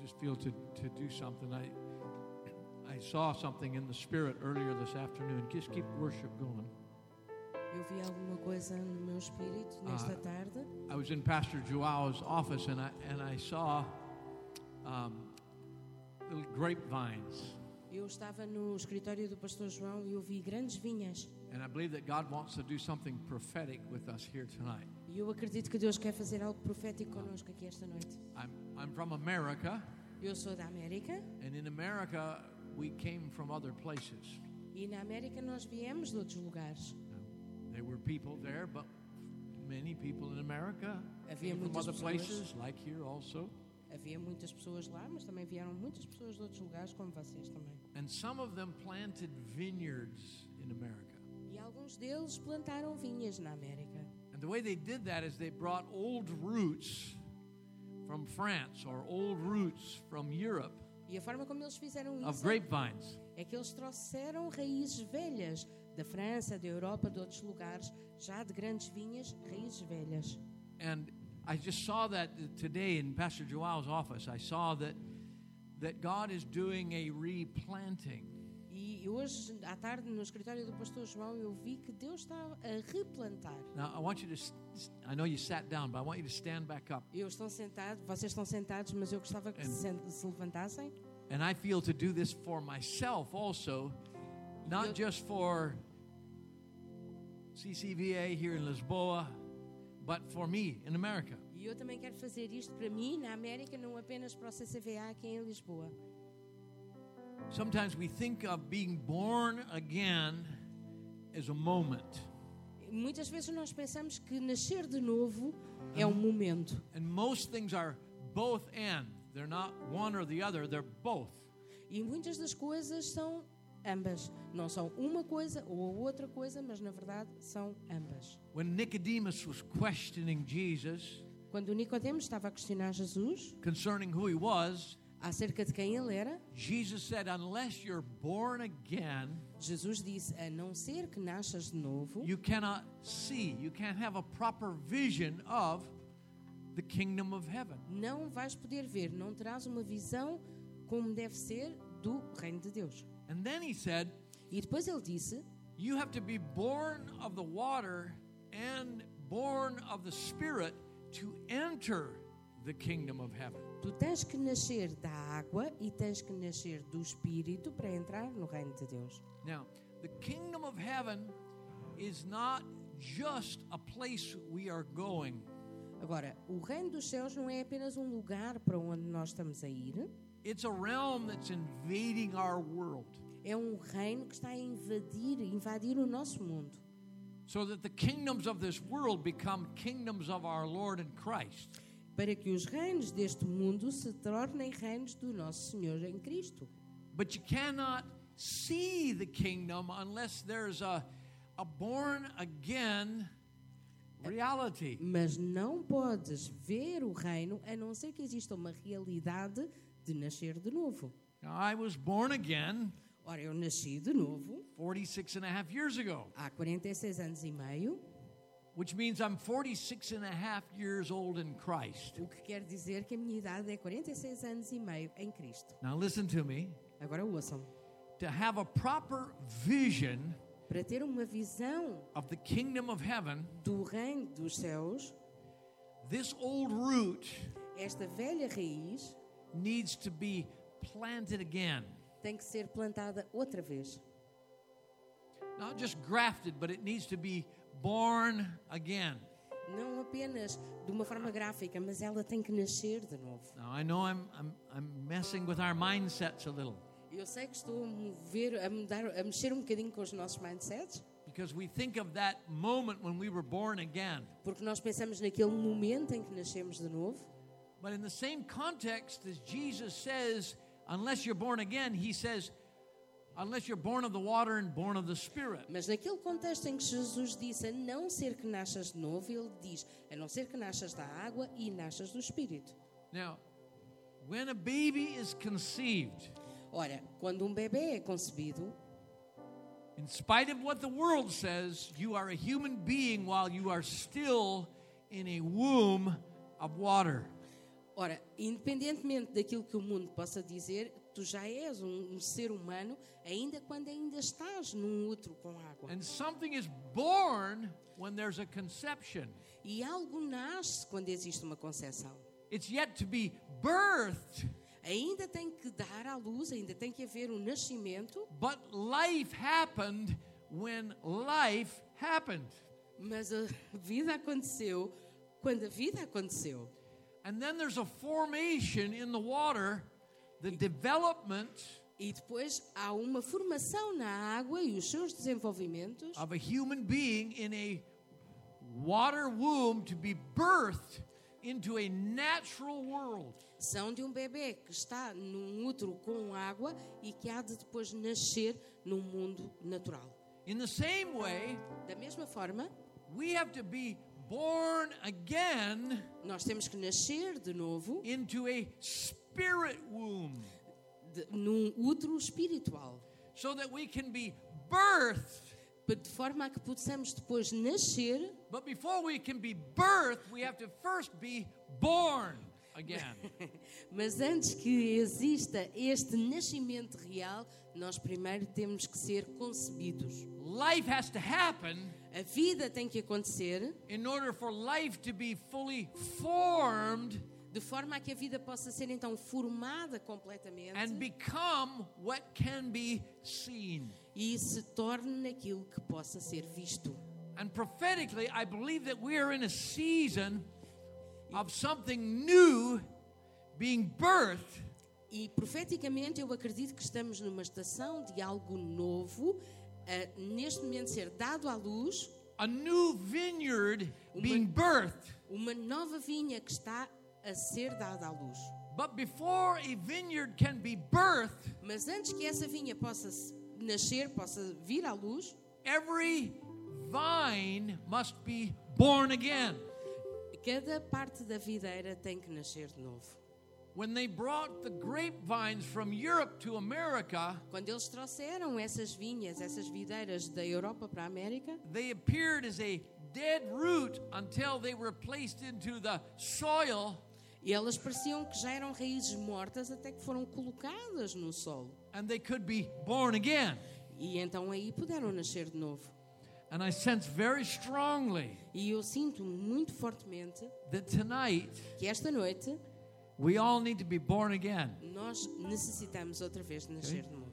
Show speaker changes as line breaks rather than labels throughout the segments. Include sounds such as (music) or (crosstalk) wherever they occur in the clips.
just feel to, to do something. I, I saw something in the spirit earlier this afternoon. Just keep worship going.
Eu vi alguma coisa no meu espírito nesta tarde.
I was in Pastor Joao's office and I, and I saw um, little grapevines.
Eu estava no escritório do pastor João e eu vi grandes vinhas.
And I believe that God wants to do something prophetic with us here tonight.
E eu acredito que Deus quer fazer algo profético connosco aqui esta noite.
I'm, I'm from America,
Eu sou da América
and in America, we came from other places.
e na América nós viemos de outros lugares.
There were people there, but many people in America
Havia
came from
muitas
other
pessoas,
places, like here also.
havia muitas pessoas lá, mas também vieram muitas pessoas de outros lugares, como vocês também.
And some of them planted vineyards in America.
E alguns deles plantaram vinhas na América.
And the way they did that is they brought old roots from France or old roots from Europe
E a forma como eles fizeram
of
isso
grapevines.
é que eles trouxeram raízes velhas da França, da Europa, de outros lugares, já de grandes vinhas, raízes velhas.
And I just saw that today in Pastor Joao's office. I saw that that God is doing a replanting.
E hoje à tarde no escritório do pastor João eu vi que Deus está a replantar.
Now I want you to s- s- I know you sat down, but I want you to stand back up.
Eu estou sentado, vocês estão sentados, mas eu gostava que se, sent- se levantassem.
And I feel to do this for myself also, not
Yep.
just for CCVA here in Lisboa, but for me in America.
E eu também quero fazer isto para mim na América, não apenas para o CCVA aqui em Lisboa.
Sometimes we think of being born again as a moment.
Muitas vezes nós pensamos que nascer de novo é um momento.
And most things are both and. They're not one or the other, they're both.
E muitas das coisas são ambas. Não são uma coisa ou a outra coisa, mas na verdade são ambas.
When Nicodemus was questioning Jesus
Quando Nicodemos estava a questionar Jesus
concerning who he was,
acerca de quem ele era,
Jesus said, Unless you're born again,
Jesus disse: A não ser que nasças de novo,
you cannot see, you can't have a proper vision of the kingdom of heaven.
não vais poder ver, não terás uma visão como deve ser do reino de Deus.
And then he said,
E depois ele disse:
You have to be born of the water and born of the Spirit to enter the kingdom of heaven.
Tu tens que nascer da água e tens que nascer do Espírito para entrar no reino de Deus.
Now, the kingdom of heaven is not just a place we are going,
Agora, o reino dos céus não é apenas um lugar para onde nós estamos a ir,
it's a realm that's invading our world.
é um reino que está a invadir, invadir o nosso mundo.
So that the kingdoms of this world become kingdoms of our Lord and Christ.
Para que os reinos deste mundo se tornem reinos do nosso Senhor em Cristo.
But you cannot see the kingdom unless there's a, a born again reality.
Mas não podes ver o reino a não ser que exista uma realidade de nascer de novo.
Now, I was born again
Ora, eu nasci de novo
46 and a half years ago,
há 46 anos e meio,
which means I'm 46 and a half years old in Christ.
o que quer dizer que a minha idade é 46 anos e meio em Cristo.
Now, listen to me.
Agora ouçam.
To have a proper vision
Para ter uma visão
of the kingdom of heaven,
do reino dos céus,
this old root
esta velha raiz
needs to be planted again.
tem que ser plantada outra vez.
Not just grafted, but it needs to be born again.
Não apenas de uma forma gráfica, mas ela tem que nascer de novo.
Now I know I'm, I'm I'm messing with our mindsets a little
Eu sei que estou a mover, a mudar, a mexer um bocadinho com os nossos mindsets,
because we think of that moment when we were born again.
porque nós pensamos naquele momento em que nascemos de novo,
But in the same context as Jesus says, unless you're born again, he says, unless you're born of the water and born of the spirit.
mas naquele contexto em que Jesus disse a não ser que nasças de novo, ele diz a não ser que nasças da água e nasças do Espírito.
Now, when a baby is conceived,
Ora, quando um bebê é concebido,
in spite of what the world says, you are a human being while you are still in a womb of water.
Ora, independentemente daquilo que o mundo possa dizer, tu já és um, um ser humano, ainda quando ainda estás num outro com água.
And something is born when there's a conception.
E algo nasce quando existe uma concepção.
It's yet to be birthed,
Ainda tem que dar à luz, ainda tem que haver um nascimento,
but life happened when life happened.
mas a vida aconteceu quando a vida aconteceu.
And then there's a formation in the water, the development
E depois há uma formação na água e os seus desenvolvimentos
of a human being in a water womb to be birthed into a natural world.
são de um bebê que está num útero com água e que há de depois nascer num mundo natural.
In the same way,
Da mesma forma,
we have to be born again
nós temos que nascer de novo
into a spirit womb
de, num útero espiritual,
so that we can be birthed.
pa- de forma a que possamos depois nascer, (laughs)
But before we can be birthed, we have to first be born again.
mas antes que exista este nascimento real, nós primeiro temos que ser concebidos.
life has to happen
A vida tem que acontecer
in order for life to be fully formed
de forma a que a vida possa ser então formada completamente
and become what can be seen.
e se torne naquilo que possa ser visto.
And prophetically, I believe that we are in a season of something new being birthed
E profeticamente eu acredito que estamos numa estação de algo novo, a, neste momento ser dado à luz
a new vineyard being birthed.
uma nova vinha que está a ser dada à luz.
But before a vineyard can be birthed,
Mas antes que essa vinha possa se- nascer, possa vir à luz,
every vine must be born again.
cada parte da videira tem que nascer de novo.
When they brought the grapevines from Europe to America,
Quando eles trouxeram essas vinhas, essas videiras da Europa para a América,
they appeared as a dead root until they were placed into the soil
E elas pareciam que já eram raízes mortas até que foram colocadas no solo.
and they could be born again.
E então aí puderam nascer de novo.
And I sense very strongly
E eu sinto muito fortemente
that tonight
que esta noite
we all need to be born again
nós necessitamos outra vez de nascer de novo.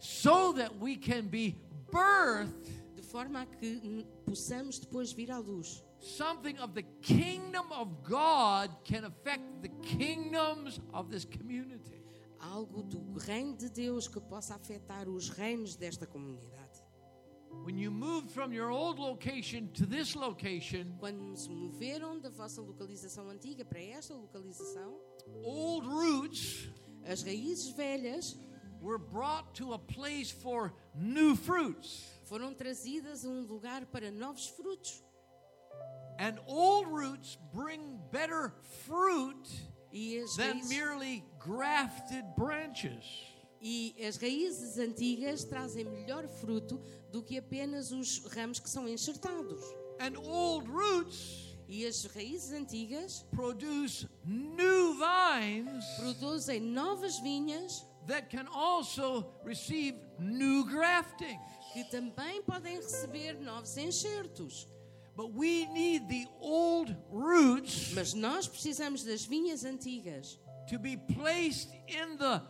so that we can be birthed
De forma a que n- possamos depois vir à luz.
something of the kingdom of God can affect the kingdoms of this community.
Algo do reino de Deus que possa afetar os reinos desta comunidade.
When you moved from your old location to this location,
Quando se moveram da vossa localização antiga para esta localização,
old roots
as raízes velhas
were brought to a place for new fruits,
foram trazidas a um lugar para novos frutos.
and old roots bring better fruit
E as,
than
raízes,
merely grafted branches.
e as raízes antigas trazem melhor fruto do que apenas os ramos que são enxertados.
And old roots
E as raízes antigas
produce new vines
produzem novas vinhas
that can also receive new grafting.
que também podem receber novos enxertos.
But we need the old roots
Mas nós precisamos das vinhas antigas
to be placed in the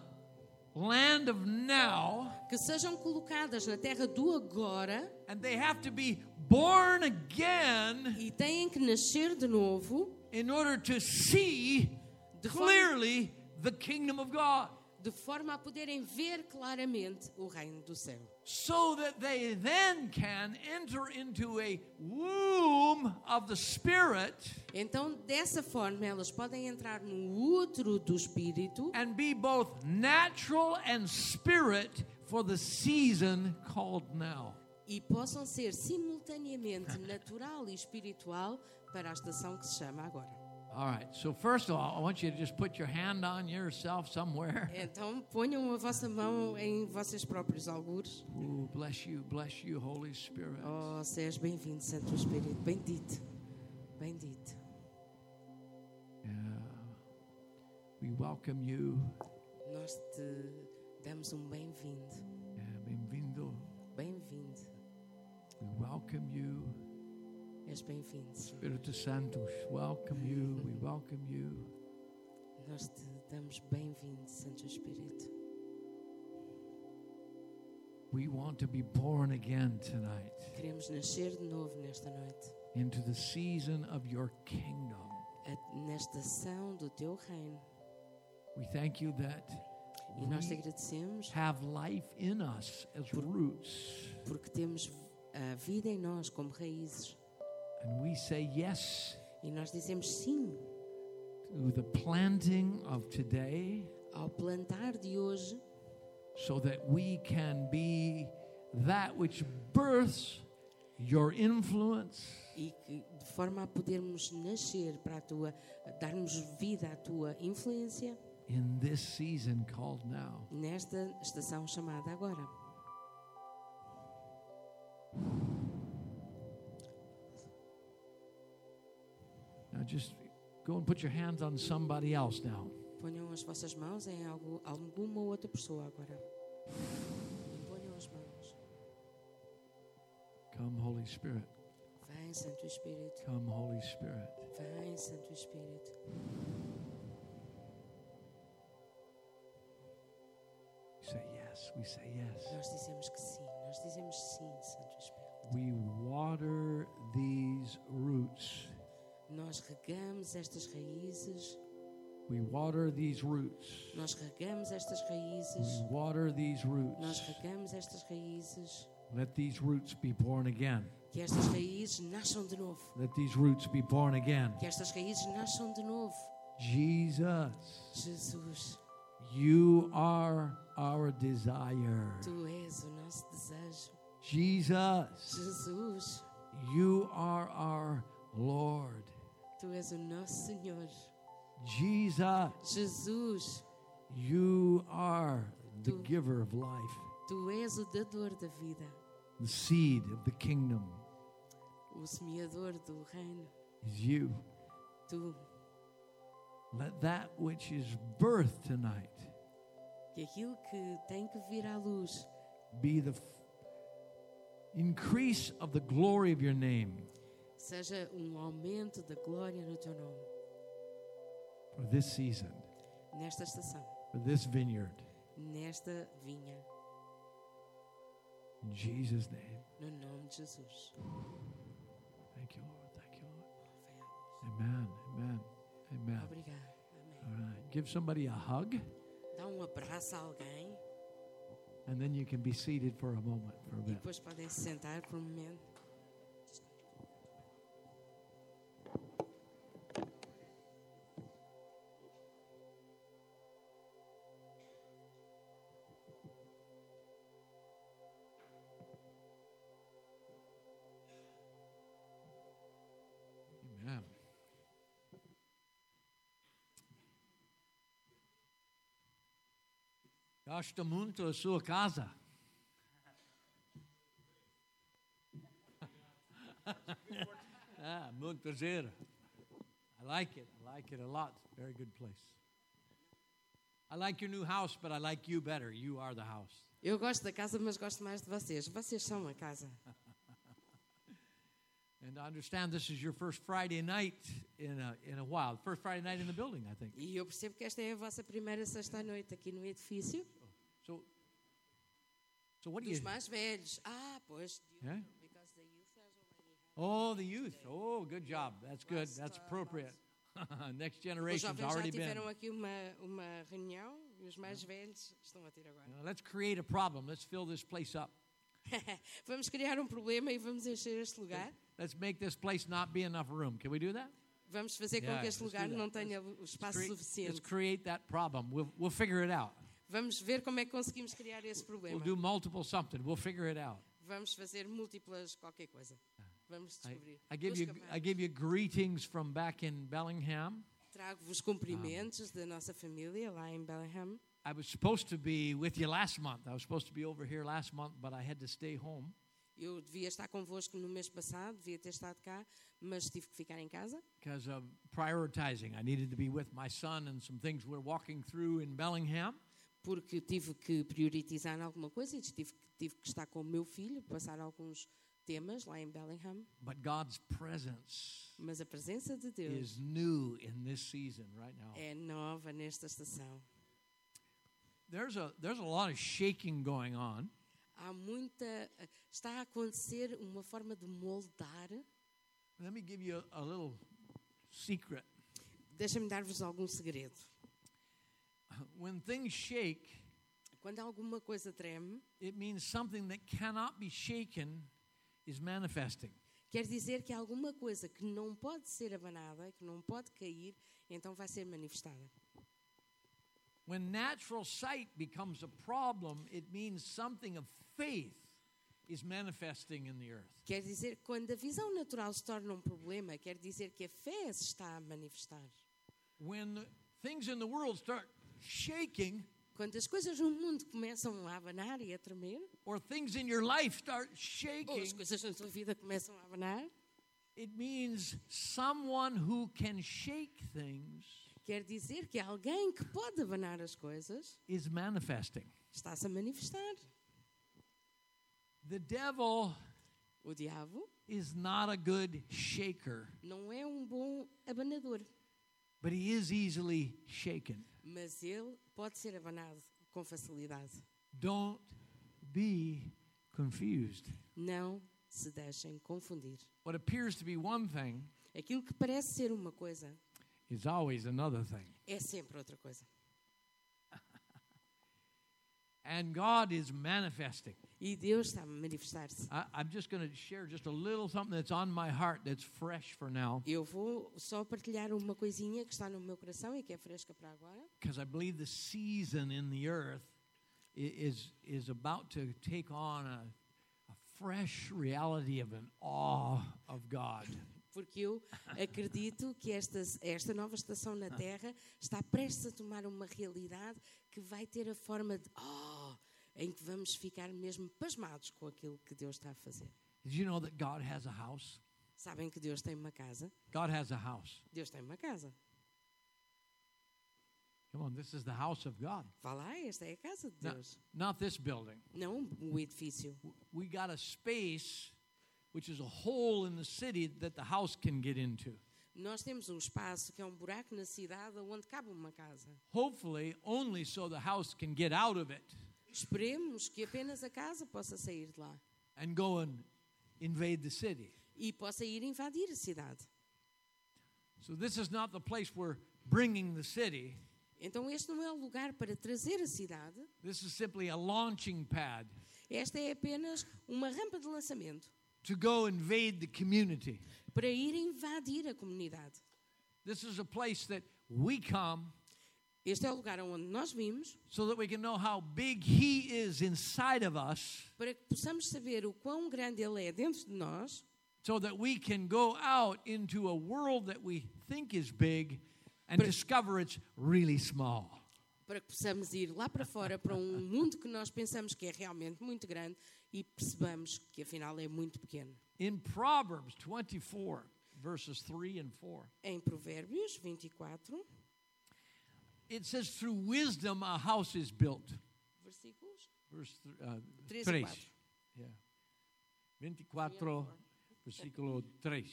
land of now.
que sejam colocadas na terra do agora
And they have to be born again
e têm que nascer de novo
in order to see
The fun-
clearly the kingdom of God.
de forma a poderem ver claramente o reino do céu.
So that they then can enter into a womb of the Spirit
Então, dessa forma, elas podem entrar no útero do espírito
and be both natural and spirit for the season called now.
e possam ser simultaneamente natural e espiritual para a estação que se chama agora.
All right, so first of all, I want you to just put your hand on yourself somewhere.
Então, ponham a vossa mão em vossos próprios algures.
Ooh, bless you, bless you, Holy Spirit.
Oh, sejas bem-vindo, Santo Espírito. Bendito. Bendito.
Yeah. We welcome you.
Nós te damos um bem-vindo.
Yeah, Bem-vindo.
Bem-vindo.
We welcome you.
És bem-vindo.
Espírito Santo, welcome you. We welcome you.
Nós te damos bem-vindo, Santo Espírito.
We want to be born again tonight
Queremos nascer de novo nesta noite,
into the season of your kingdom.
a- na estação do teu reino.
We thank you that
E nós te
we
agradecemos
have life in us as roots.
porque temos a vida em nós como raízes.
And we say yes
E nós dizemos sim
to the planting of today
ao plantar de hoje,
so that we can be that which births your influence,
e que, de forma a podermos nascer para a tua, a darmos vida à tua influência
in this season called now.
nesta estação chamada agora.
Now just go and put your hands on somebody else now.
Ponham as vossas mãos em algo, alguma outra pessoa agora. Ponham as mãos.
Come, Holy Spirit.
Vem, Santo Espírito.
Come, Holy Spirit.
Vem, Santo Espírito.
We say yes. We say yes.
Nós dizemos que sim. Nós dizemos sim, Santo Espírito.
We water these roots.
Nós regamos estas raízes.
We water these roots.
Nós regamos estas
We
raízes.
water these
Nós
roots.
regamos estas raízes.
Let these roots be born again.
Que estas raízes nasçam de novo.
Let these roots be born again.
Que estas raízes nasçam de novo.
Jesus,
Jesus,
you are our desire.
tu és o nosso desejo.
Jesus,
Jesus,
you are our Lord.
tu és o nosso Senhor.
Jesus,
Jesus,
you are the giver of life,
tu és o dador da vida,
the seed of the kingdom.
o semeador do reino.
Is you.
Tu,
Let that which is birth tonight
que aquilo que tem que vir à luz
be the f- increase of the glory of your name.
seja um aumento da glória no teu nome,
for this season,
nesta estação,
for this vineyard.
nesta vinha,
In Jesus' name.
no nome de Jesus.
Thank you, Lord. Thank you, Lord. Amen. Amen. Amen.
Obrigado. Amém.
All right. Give somebody a hug,
Dá um abraço a alguém
and then you can be seated for a moment, for a
e
bit.
depois podem se sentar por um momento.
Amen. Gosto muito da sua casa. (laughs) ah, muito prazer. I like it. I like it a lot. Very good place. I like your new house, but I like you better. You are the house.
Eu gosto da casa, mas gosto mais de vocês. Vocês são a casa.
And I understand this is your first Friday night in a, in a while. First Friday night in the building, I think.
E eu percebo que esta é a vossa primeira sexta-noite aqui no edifício
So, so what do you?
dos mais velhos. Ah, pois.
Yeah?
Because the youth has already
Oh, the youth. Oh, good job. That's good. That's appropriate. (laughs) Next
Os
generation's
jovens já
already been.
tiveram aqui uma, uma reunião e os mais velhos estão a ter agora.
Now, Uh, Let's create a problem. Let's fill this place up.
(laughs) Vamos criar um problema e vamos encher este lugar.
Let's make this place not be enough room. Can we do that?
Vamos fazer com
Yeah,
que este
let's do
lugar
that.
não tenha o espaço
Create- let's
suficiente.
create that problem. We'll, we'll figure it out.
Vamos ver como é que conseguimos criar esse
We'll
problema.
do multiple something. We'll figure it out.
Vamos fazer múltiplas qualquer coisa. Vamos
I,
descobrir.
I give
Vos
you
capazes.
I give you greetings from back in Bellingham.
Trago-vos cumprimentos da nossa família lá em Bellingham.
I was supposed to be with you last month. I was supposed to be over here last month, but I had to stay home.
Eu devia estar convosco no mês passado, devia ter estado cá, mas tive que ficar em casa
because of prioritizing. I needed to be with my son and some things we're walking through in Bellingham.
porque tive que priorizar em alguma coisa e tive, tive que estar com o meu filho, passar alguns temas lá em Bellingham.
But God's presence
Mas a presença de Deus
is new in this season right now.
é nova nesta estação.
There's a there's a lot of shaking going on,
Há muita. Está a acontecer uma forma de moldar.
Let me give you a, a little secret. (laughs)
Deixa-me dar-vos algum segredo.
When things shake,
Quando alguma coisa treme,
it means something that cannot be shaken is manifesting.
quer dizer que alguma coisa que não pode ser abanada, que não pode cair, então vai ser manifestada.
When natural sight becomes a problem, it means something of faith is manifesting in the earth.
Quer dizer, quando a visão natural se torna um problema, quer dizer que a fé se está a manifestar.
When things in the world start shaking
Quando as coisas no mundo começam a abanar e a tremer,
or things in your life start
ou as
shaking,
coisas na tua vida começam a abanar,
it means someone who can shake things
quer dizer que alguém que pode abanar as coisas
is manifesting.
está-se a manifestar.
The devil
O diabo
is not a good shaker,
não é um bom abanador,
but he is easily shaken.
mas ele pode ser abanado com facilidade.
Don't be confused.
Não se deixem confundir.
What appears to be one thing
Aquilo que parece ser uma coisa
is always another thing.
é sempre outra coisa.
And God is manifesting.
E Deus está a manifestar-se.
I, I'm just going to share just a little something that's on my heart that's fresh for now
Eu vou só partilhar uma coisinha que está no meu coração e que é fresca para agora,
because I believe the season in the earth i- is, is about to take on a, a fresh reality of an awe of God.
porque eu acredito que esta, esta nova estação na Terra está prestes a tomar uma realidade que vai ter a forma de oh, em que vamos ficar mesmo pasmados com aquilo que Deus está a fazer.
Did you know that God has a house?
Sabem que Deus tem uma casa?
God has a house.
Deus tem uma casa.
Come on, this is the house of God.
Vá lá, esta é a casa de
Not,
Deus.
not this building.
Não o edifício.
W- We got a space, which is a hole in the city that the house can get into.
Nós temos um espaço que é um buraco na cidade onde cabe uma casa.
Hopefully, only so the house can get out of it
Esperemos que apenas a casa possa sair de lá.
and go and invade the city.
e possa ir invadir a cidade.
So, this is not the place we're bringing the city.
Então, este não é o lugar para trazer a cidade,
This is simply a launching pad
esta é apenas uma rampa de lançamento
to go invade the community.
para ir invadir a comunidade.
This is a place that we come
Este é o lugar onde nós vimos
so that we can know how big He is inside of us.
para que possamos saber o quão grande Ele é dentro de nós,
so that we can go out into a world that we think is big and discover it's really small.
para que possamos ir lá para fora, para um mundo que nós pensamos que é realmente muito grande e percebamos que afinal é muito pequeno.
In Proverbs 24, verses 3 and 4,
Em Provérbios 24,
it says, Through wisdom a house is built.
versículos
Verse th- uh,
Tres y
tres.
cuatro.
Yeah. 24, versículo 3.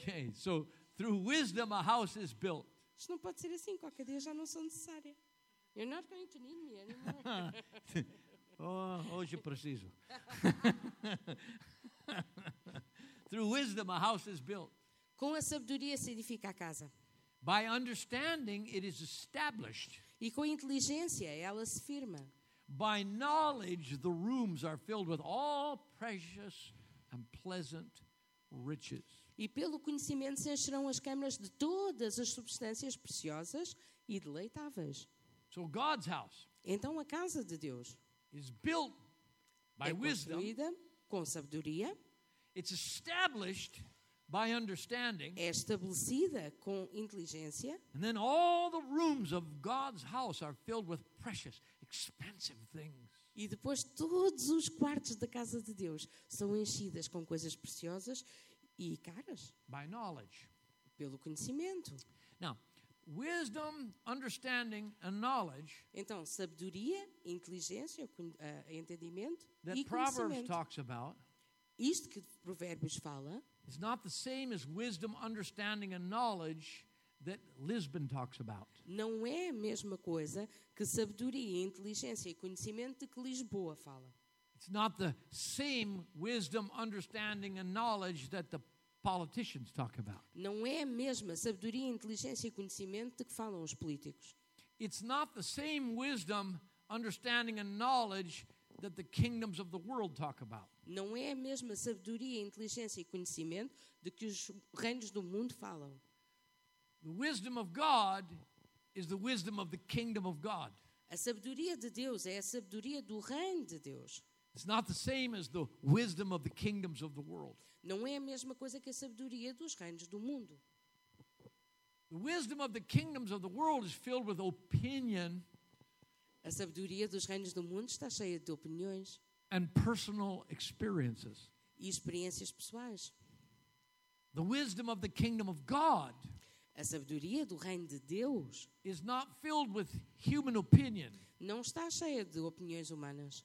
Okay, so through wisdom a house is built.
Isto não pode ser assim, qualquer dia já não sou necessária. You're not going to need me anymore.
Oh, hoje eu preciso. (laughs) Through wisdom a house is built.
Com a sabedoria se edifica a casa.
By understanding, it is established.
E com a inteligência ela se firma.
By knowledge, the rooms are filled with all precious and pleasant riches.
E pelo conhecimento se encherão as câmaras de todas as substâncias preciosas e deleitáveis.
So God's house
Então a casa de Deus
is built by
é
wisdom,
construída com sabedoria,
it's established by understanding,
é estabelecida com inteligência
and then all the rooms of God's house are filled with precious, expensive things.
E depois todos os quartos da casa de Deus são enchidas com coisas preciosas e caras,
by knowledge.
pelo conhecimento.
Now, wisdom, understanding, and knowledge
Então, sabedoria, inteligência, con- ah, entendimento
that
e
Proverbs
conhecimento.
talks about
Isto que Provérbios fala
is not the same as wisdom, understanding, and knowledge that Lisbon talks about.
não é a mesma coisa que sabedoria, inteligência e conhecimento de que Lisboa fala.
It's not the same wisdom, understanding, and knowledge that the politicians talk about.
Não é a mesma sabedoria, inteligência e conhecimento de que falam os políticos.
It's not the same wisdom, understanding, and knowledge that the kingdoms of the world talk about.
Não é a mesma sabedoria, inteligência e conhecimento de que os reinos do mundo falam.
The wisdom of God is the wisdom of the kingdom of God.
A sabedoria de Deus é a sabedoria do reino de Deus.
It's not the same as the wisdom of the kingdoms of the world.
Não é a mesma coisa que a sabedoria dos reinos do mundo.
The wisdom of the kingdoms of the world is filled with opinion
A sabedoria dos reinos do mundo está cheia de opiniões
and personal experiences.
e experiências pessoais.
The wisdom of the kingdom of God
A sabedoria do reino de Deus
is not filled with human opinion.
não está cheia de opiniões humanas.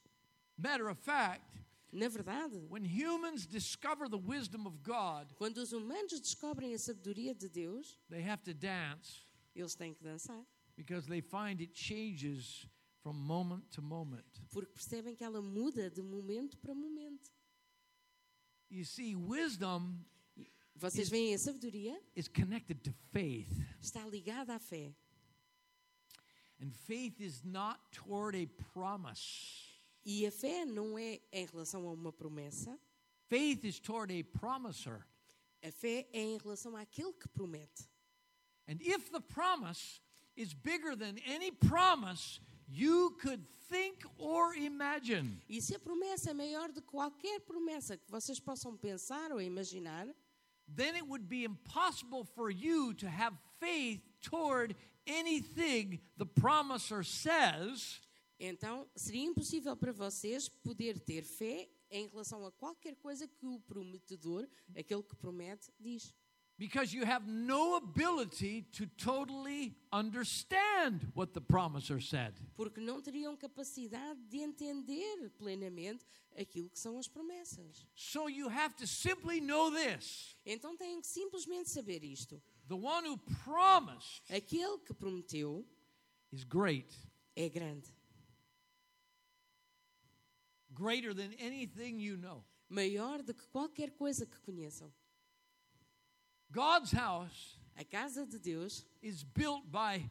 Matter of fact,
Na verdade,
when humans discover the wisdom of God,
quando os humanos descobrem a sabedoria de Deus,
they have to dance
eles têm que dançar,
because they find it changes from moment to moment.
porque percebem que ela muda de momento para momento.
You see, wisdom
Vocês veem a sabedoria
is connected to faith,
está ligada à fé.
and faith is not toward a promise.
E a fé não é em relação a uma promessa,
Faith is toward a promiser.
a fé é em relação àquele que promete.
And if the promise is bigger than any promise you could think or imagine,
E se a promessa é maior do que qualquer promessa que vocês possam pensar ou imaginar,
then it would be impossible for you to have faith toward anything the promiser says
então seria impossível para vocês poder ter fé em relação a qualquer coisa que o prometedor, aquele que promete, diz.
because you have no ability to totally understand what the promiser said.
Porque não teriam capacidade de entender plenamente aquilo que são as promessas.
So you have to simply know this
Então têm que simplesmente saber isto.
the one who promised
Aquele que prometeu
is great,
é grande,
greater than anything you know.
maior do que qualquer coisa que conheçam.
God's house
A casa de Deus
is built by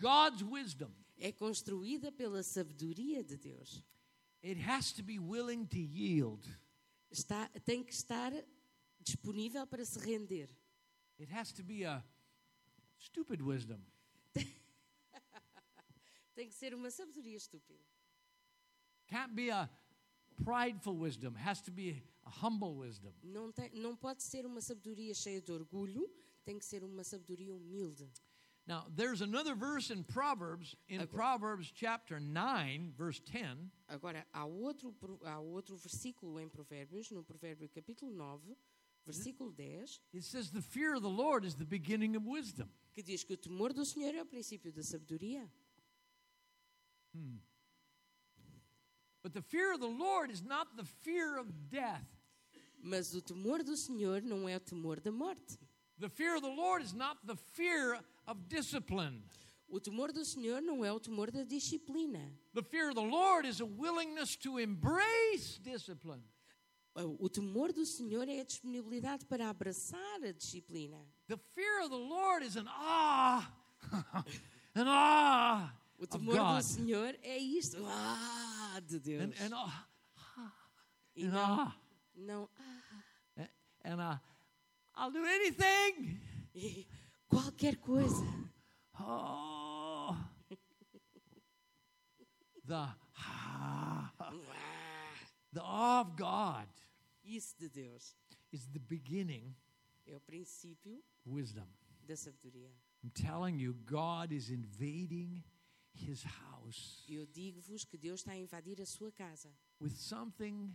God's wisdom.
é construída pela sabedoria de Deus.
It has to be willing to yield.
Está, tem que estar disponível para se render.
It has to be a stupid wisdom.
Tem que ser uma sabedoria estúpida.
Can't be a prideful wisdom. Has to be a humble wisdom.
Não, tem, não pode ser uma sabedoria cheia de orgulho, tem que ser uma sabedoria humilde.
Now, there's another verse in Proverbs, in
Okay.
Proverbs chapter 9, verse 10,
Agora, há outro, pro- há outro versículo em Provérbios, no Provérbio capítulo 9, versículo 10,
it says, The fear of the Lord is the beginning of wisdom.
que diz que o temor do Senhor é o princípio da sabedoria.
But the fear of the Lord is not the fear of death.
Mas o temor do Senhor não é o temor da morte.
The fear of the Lord is not the fear of discipline.
O temor do Senhor não é o temor da disciplina.
The fear of the Lord is a willingness to embrace discipline.
O temor do Senhor é a disponibilidade para abraçar a disciplina.
The fear of the Lord is an awe, (laughs) an awe
O
of
temor
God,
do Senhor é isto. Ah, de Deus.
and an awe,
e
an
não,
awe,
não, ah,
and a, I'll do anything.
e qualquer coisa.
Oh, the ah,
Ah,
the awe of God
isso de Deus
is the beginning
é o princípio
of wisdom.
da sabedoria.
I'm telling you, God is invading his house
Eu digo-vos que Deus está a invadir a sua casa
with something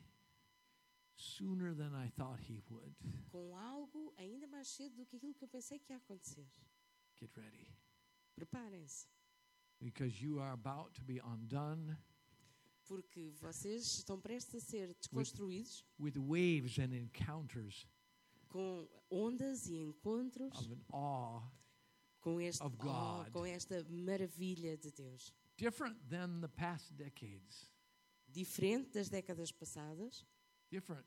sooner than I thought he would.
com algo ainda mais cedo do que aquilo que eu pensei que ia acontecer.
Get ready.
Preparem-se,
Because you are about to be undone
porque vocês estão prestes a ser desconstruídos
with waves and encounters
com ondas e encontros
of an awe
com, este,
of
ó,
God.
com esta maravilha de Deus.
different than the past decades.
Diferente das décadas passadas,
Different.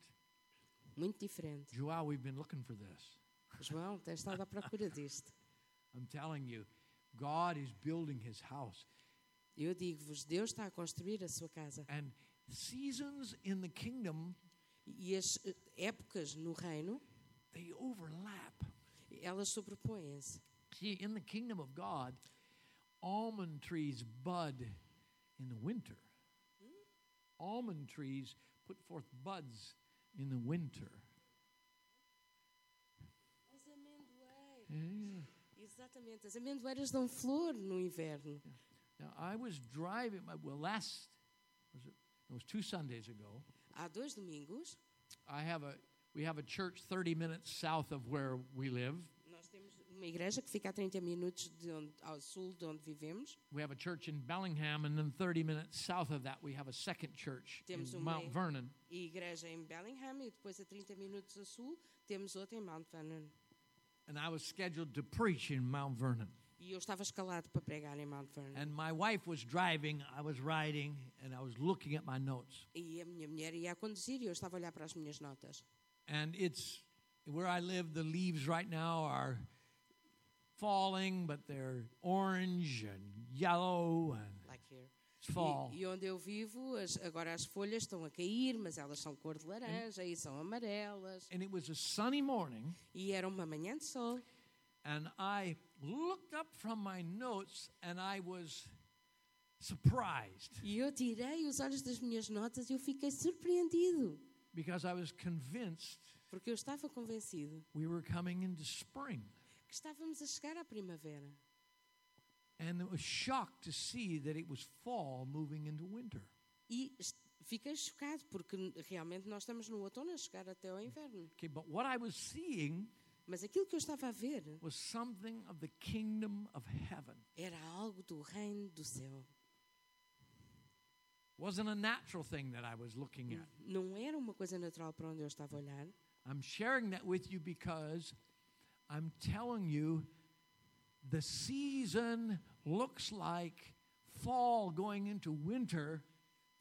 muito diferente.
Joao, we've been looking for this.
João, tens estado à procura disto.
I'm telling you, God is building his house.
Eu digo-vos, Deus está a construir a sua casa.
And seasons in the kingdom,
E as eh, épocas no reino,
they overlap.
elas sobrepõem-se.
See, in the kingdom of God, almond trees bud in the winter. Almond trees put forth buds in the winter.
As amendoeiras.
Yeah.
Exatamente, as amendoeiras dão flor no inverno.
Now, I was driving, well, last, was it, it was two Sundays ago.
Há dois domingos,
I have a, we have a church 30 minutes south of where we live.
nós temos uma igreja que fica a 30 minutos de onde- ao sul de onde vivemos.
We have a church in Bellingham, and then 30 minutes south of that, we have a second church in
Temos uma-
Mount Vernon.
E igreja em Bellingham e depois a 30 minutos a sul temos outra em Mount Vernon.
And I was scheduled to preach in Mount Vernon.
E eu estava escalado para pregar em Mount Vernon.
And my wife was driving, I was riding, and I was looking at my notes.
E a minha mulher ia a conduzir e eu estava a olhar para as minhas notas.
And it's where I live, the leaves right now are falling, but they're orange and yellow, and
Like here.
it's fall.
E, e onde eu vivo, as- agora as folhas estão a cair, mas elas são cor de laranja e são amarelas.
And it was a sunny morning,
E era uma manhã de sol.
and I looked up from my notes and I was surprised
E eu tirei os olhos das minhas notas e eu fiquei surpreendido,
because I was convinced
porque eu estava convencido
we were coming into spring.
que estávamos a chegar à primavera.
And it was shocked to see that it was fall moving into winter.
E est- fiquei chocado, porque n- realmente nós estamos no outono a chegar até ao inverno.
Okay, but what I was seeing
Mas aquilo que eu estava a ver
was something of the kingdom of heaven.
era algo do reino do céu.
wasn't a natural thing that I was looking at.
Não era uma coisa natural para onde eu estava a olhar.
I'm sharing that with you because I'm telling you the season looks like fall going into winter,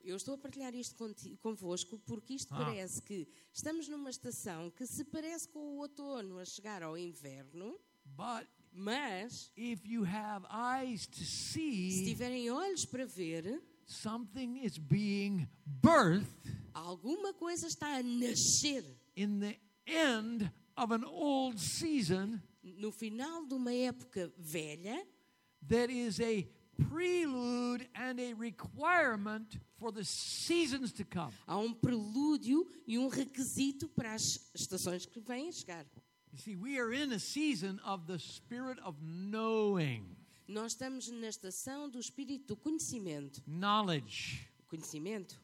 Eu estou a partilhar isto conti- convosco porque isto
Ah.
parece que estamos numa estação que se parece com o outono a chegar ao inverno,
but
mas
if you have eyes to
se
see,
tiverem olhos para ver,
something is being birthed
Alguma coisa está a nascer
in the end of an old season
no final de uma época velha
that is a prelude and a requirement for the seasons to come.
há um prelúdio e um requisito para as estações que vêm a chegar.
You see, we are in a season of the spirit of knowing,
Nós estamos na estação do espírito do conhecimento.
knowledge.
O conhecimento.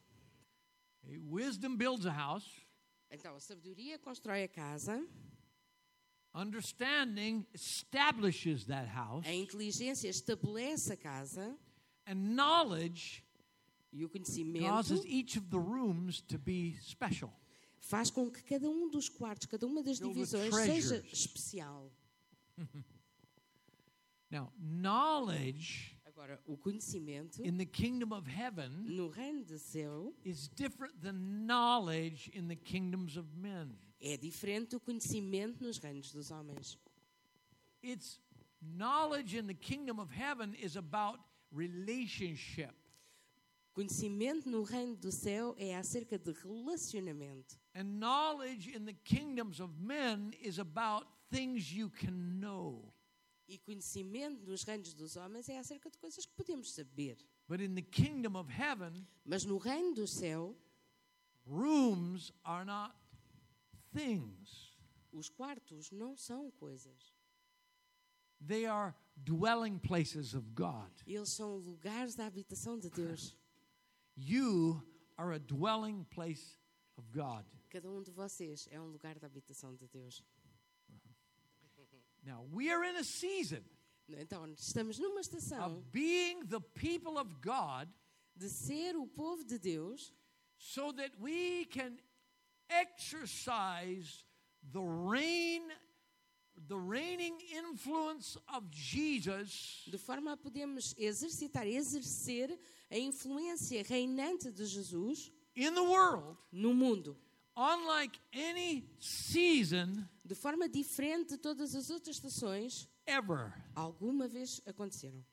Eh, Wisdom builds a house,
Então, a sabedoria constrói a casa,
understanding establishes that house,
a inteligência estabelece a casa
and knowledge
e o conhecimento
causes each of the rooms to be special.
faz com que cada um dos quartos, cada uma das
Build the
divisões seja
treasures.
especial.
Now, knowledge
Agora, o conhecimento
in the kingdom of heaven
no reino de céu
is different than knowledge in the kingdoms of men.
É diferente o conhecimento nos reinos dos homens.
It's knowledge in the kingdom of heaven is about relationship.
Conhecimento no reino do céu é acerca de relacionamento.
And knowledge in the kingdoms of men is about things you can know.
E conhecimento nos reinos dos homens é acerca de coisas que podemos saber.
But in the kingdom of heaven,
Mas no reino do céu,
rooms are not things,
os quartos não são coisas.
they are dwelling places of God.
Eles são lugares da habitação de Deus.
You are a dwelling place of God.
Cada um de vocês é um lugar da habitação de Deus.
Now, we are in a season
Então, estamos numa estação
of being the people of God
de ser o povo de Deus
so that we can exercise the reign the reigning influence of Jesus
de forma a podermos exercitar, exercer a influência reinante de Jesus
in the world
no mundo,
unlike any season
de forma diferente de todas as outras estações
ever
alguma vez aconteceram.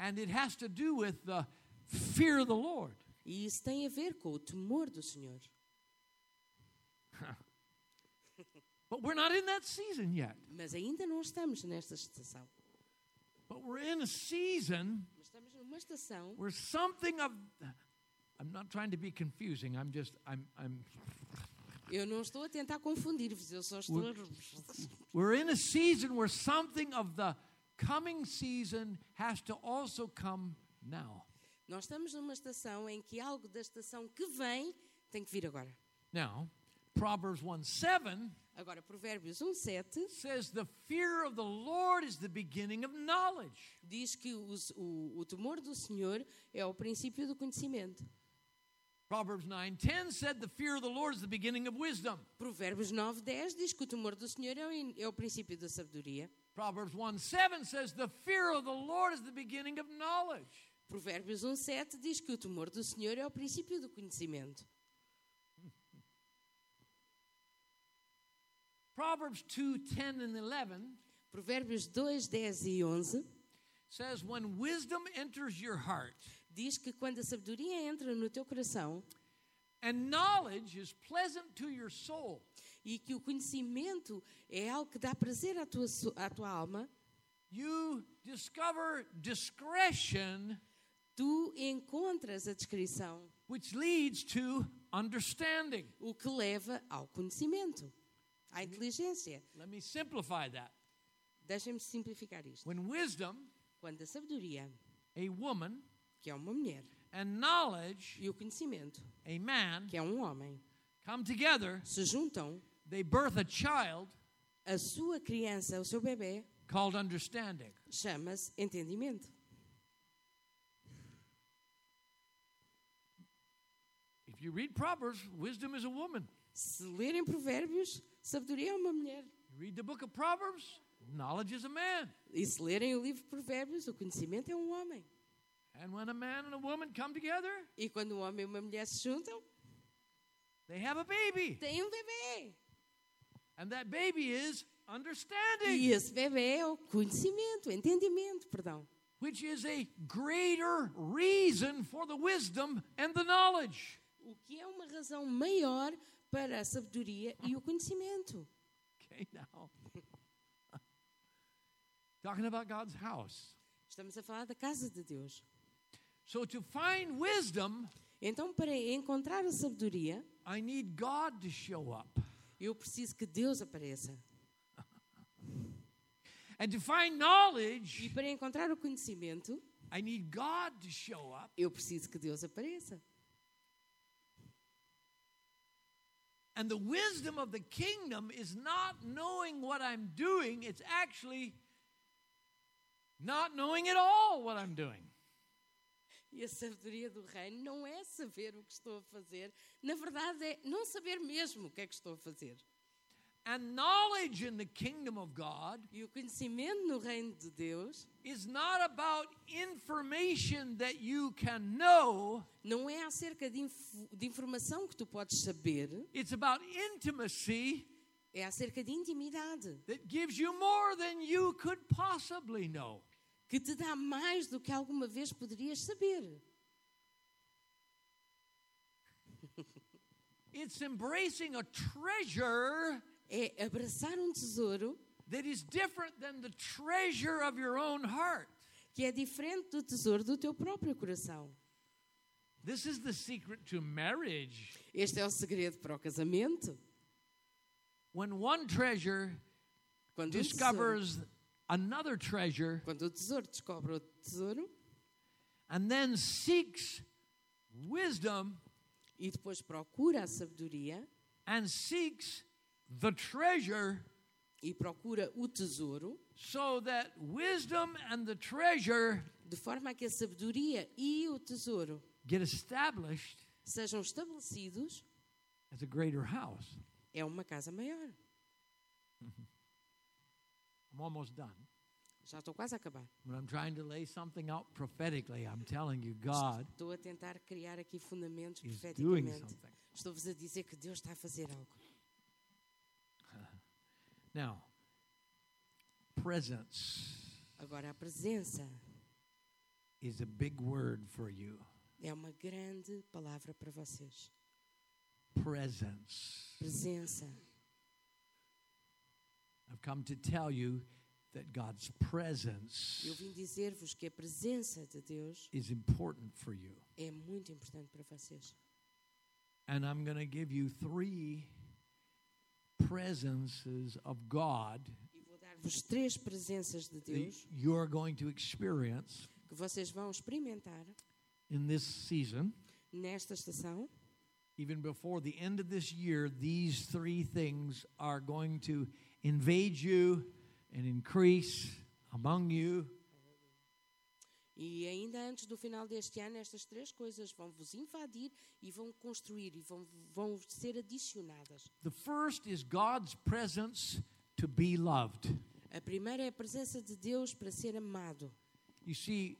and it has to do with the fear of the Lord
E isso tem a ver com o temor do Senhor.
but we're not in that season yet
Mas ainda não estamos nesta estação.
but we're in a season
Mas estamos numa estação
where something of I'm not trying to be confusing I'm just I'm I'm
Eu não estou a tentar confundir-vos, eu só estou a...
We're in a season where something of the coming season has to also come now.
Nós estamos numa estação em que algo da estação que vem tem que vir agora.
Now, Proverbs 1 7
Agora, Provérbios 1.7
says, The fear of the Lord is the beginning of knowledge.
diz que os- o, o temor do Senhor é o princípio do conhecimento.
Proverbs nine ten said, The fear of the Lord is the beginning of wisdom.
Provérbios 9.10 diz que o temor do Senhor é o, in- é o princípio da sabedoria.
Proverbs 1 7 says, The fear of the Lord is the beginning of knowledge.
Provérbios 1.7 diz que o temor do Senhor é o princípio do conhecimento.
Proverbs two ten and 11
Provérbios 2, 10 e 11
says, When wisdom enters your heart
diz que quando a sabedoria entra no teu coração
and knowledge is pleasant to your soul,
e que o conhecimento é algo que dá prazer à tua, so- à tua alma,
you discover discretion
tu encontras a descrição,
which leads to understanding
o que leva ao conhecimento, à inteligência.
let me simplify that
Deixem-me simplificar isto.
when wisdom
Quando a sabedoria,
a woman
que é uma mulher,
and knowledge
e o conhecimento,
a man
que é um homem,
come together
se juntam,
they birth a child
a sua criança, o seu bebê,
called understanding
chama-se entendimento.
if you read proverbs wisdom is a woman
Se lerem provérbios, sabedoria é uma mulher.
you read the book of proverbs knowledge is a man
E se lerem o livro de provérbios, o conhecimento é um homem.
and when a man and a woman come together
E quando um homem e uma mulher se juntam,
they have a baby
tem um bebê.
and that baby is understanding
E esse bebê é o conhecimento, o entendimento, perdão.
which is a greater reason for the wisdom and the knowledge. (laughs)
O que é uma razão maior para a sabedoria e o conhecimento.
Okay, now. (laughs) Talking about God's house.
Estamos a falar da casa de Deus.
So, to find wisdom,
Então, para encontrar a sabedoria,
I need God to show up.
eu preciso que Deus apareça.
And to find
E
knowledge,
para encontrar o conhecimento,
I need God to show up.
eu preciso que Deus apareça.
And the wisdom of the kingdom is not knowing what I'm doing, it's actually not knowing at all what I'm doing.
E a sabedoria do reino não é saber o que estou a fazer, na verdade é não saber mesmo o que é que estou a fazer.
And knowledge in the kingdom of God
E o conhecimento no reino de Deus
is not about information that you can know,
não é acerca de, inf- de informação que tu podes saber,
it's about intimacy
é acerca de intimidade,
that gives you more than you could possibly know.
que te dá mais do que alguma vez poderias saber.
It's embracing a treasure
É abraçar um tesouro
that is different than the treasure of your own heart.
que é diferente do tesouro do teu próprio coração.
This is the secret to marriage.
Este é o segredo para o casamento.
When one treasure
Quando o, tesouro,
discovers another treasure,
quando o tesouro descobre outro tesouro
and then seeks wisdom
e depois procura a sabedoria
and seeks the treasure
e procura o tesouro,
so that wisdom and the treasure
de forma a que a sabedoria e o tesouro
get established
sejam estabelecidos,
as a greater house.
é uma casa maior.
I'm almost done.
Já estou quase a acabar.
But I'm trying to lay something out prophetically. I'm telling you, God
Estou a tentar criar aqui fundamentos
is doing
profeticamente.
something.
Estou-vos a dizer que Deus está a fazer algo.
Now, presence
Agora, a presença
is a big word for you.
é uma grande palavra para vocês.
Presence.
Presença.
I've come to tell you that God's presence
Eu vim dizer-vos que a presença de Deus
is important for you.
é muito importante para vocês.
And I'm going to give you three presences of God
E vou dar-vos três presenças de
that
Deus
you're going to experience
que vocês vão experimentar
in this season.
nesta estação.
Even before the end of this year, these three things are going to invade you and increase among you.
E ainda antes do final deste ano, estas três coisas vão vos invadir e vão construir e vão, vão ser adicionadas.
The first is God's presence to be loved.
A primeira é a presença de Deus para ser amado.
You see,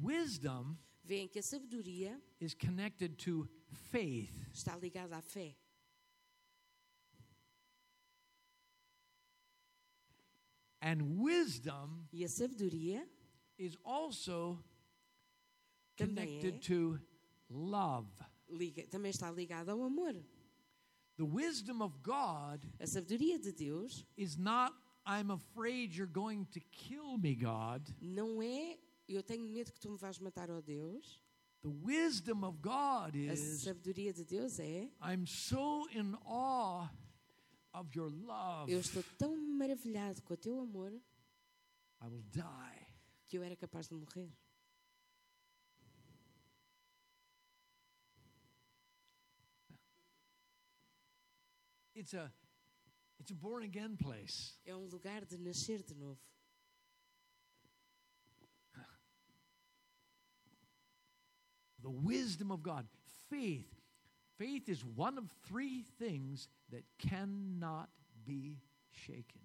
wisdom
Veem que a sabedoria
is connected to faith.
está ligada à fé.
And wisdom
E a sabedoria
is also
também,
connected
é,
to love.
liga, também está ligada ao amor.
The wisdom of God
A sabedoria de Deus
is not, I'm afraid you're going to kill me, God.
não é eu tenho medo que tu me vais matar, ó Deus.
The wisdom of God
A
is,
sabedoria de Deus é
I'm so in awe of your love,
eu estou tão maravilhado com o teu amor
I will die.
que eu era capaz de morrer.
It's a, it's a born again place.
É um lugar de nascer de novo.
The wisdom of God, faith. Faith is one of three things that cannot be shaken.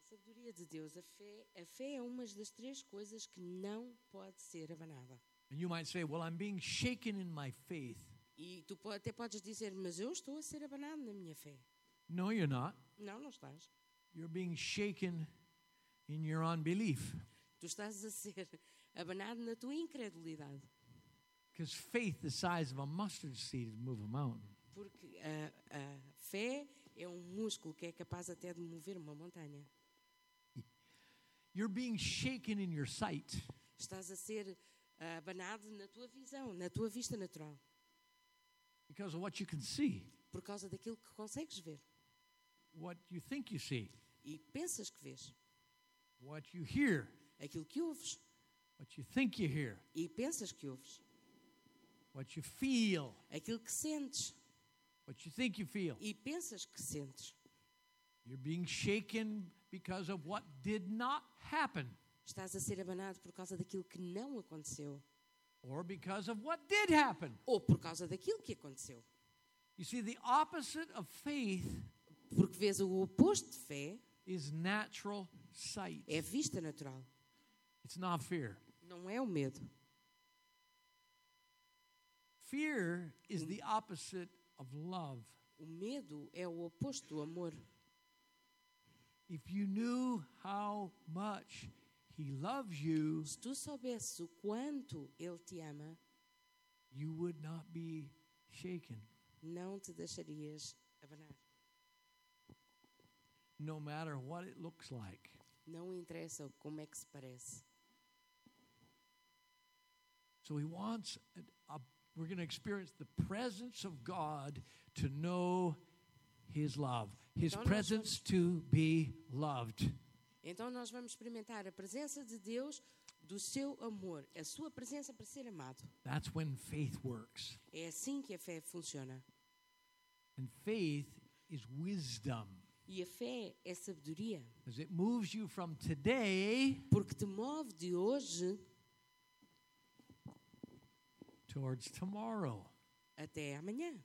A sabedoria de Deus, a fé, a fé é uma das três coisas que não pode ser abanada.
And you might say, Well, I'm being shaken in my faith.
E tu po- até podes dizer, mas eu estou a ser abanado na minha fé.
No, you're not.
Não, não estás.
You're being shaken in your unbelief
Tu estás a ser (laughs) abanado na tua incredulidade.
because faith, the size of a mustard seed, would move a mountain.
Porque a, a fé é um músculo que é capaz até de mover uma montanha.
You're being shaken in your sight
Estás a ser ah, abanado na tua visão, na tua vista natural,
because of what you can see,
por causa daquilo que consegues ver
what you think you see,
e pensas que vês,
what you hear,
aquilo que ouves
what you think you hear,
e pensas que ouves,
what you feel,
aquilo que sentes
what you think you feel.
e pensas que sentes.
You're being shaken because of what did not happen
Estás a ser abanado por causa daquilo que não aconteceu
or because of what did happen.
ou por causa daquilo que aconteceu.
You see, the opposite of faith
Porque vês o oposto de fé
is natural sight.
é a vista natural,
It's not fear.
não é o medo.
Fear is the opposite of love.
O medo é o oposto do amor.
If you knew how much he loves you,
Se tu soubesses o quanto Ele te ama,
you would not be shaken,
não te deixarias abanar.
no matter what it looks like.
Não interessa como é que se parece.
So he wants, a, a- we're going to experience the presence of God to know His love, His
Então, nós
presence to be loved.
Então nós vamos experimentar a presença de Deus, do seu amor, a sua presença para ser amado.
That's when faith works.
É assim que a fé funciona.
And faith is wisdom
E a fé é sabedoria,
as it moves you from today
porque te move de hoje
towards tomorrow.
até amanhã.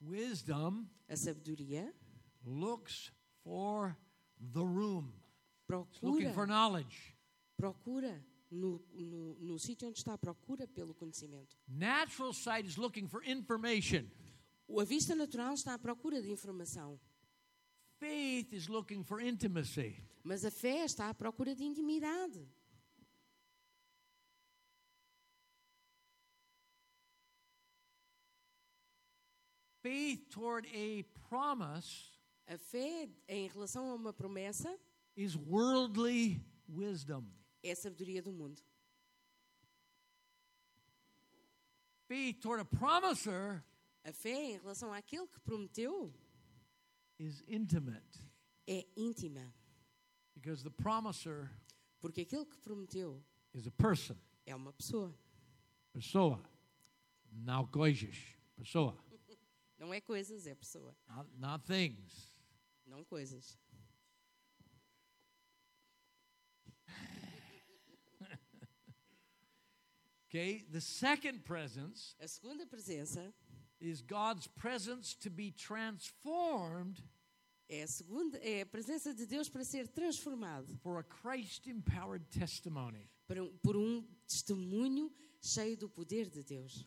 Wisdom
A sabedoria
looks for the room, it's looking
procura,
for knowledge.
procura no, no, no sítio onde está a procura pelo conhecimento.
Natural sight is looking for information.
A vista natural está à procura de informação,
Faith is looking for intimacy.
mas a fé está à procura de intimidade.
Faith toward a promise
A fé em relação a uma promessa
is worldly wisdom.
é a sabedoria do mundo.
Faith toward a promiser
A fé em relação àquele que prometeu
is intimate
é íntima,
because the promiser
porque aquele que prometeu
is a person.
é uma pessoa,
Pessoa. Now coisas. Pessoa.
não é coisas, é pessoa,
Not, not things.
não coisas.
Okay? The second presence
A segunda presença
is God's presence to be transformed
é a segunda é a presença de Deus para ser transformado
for a Christ empowered testimony.
para um- por um testemunho cheio do poder de Deus.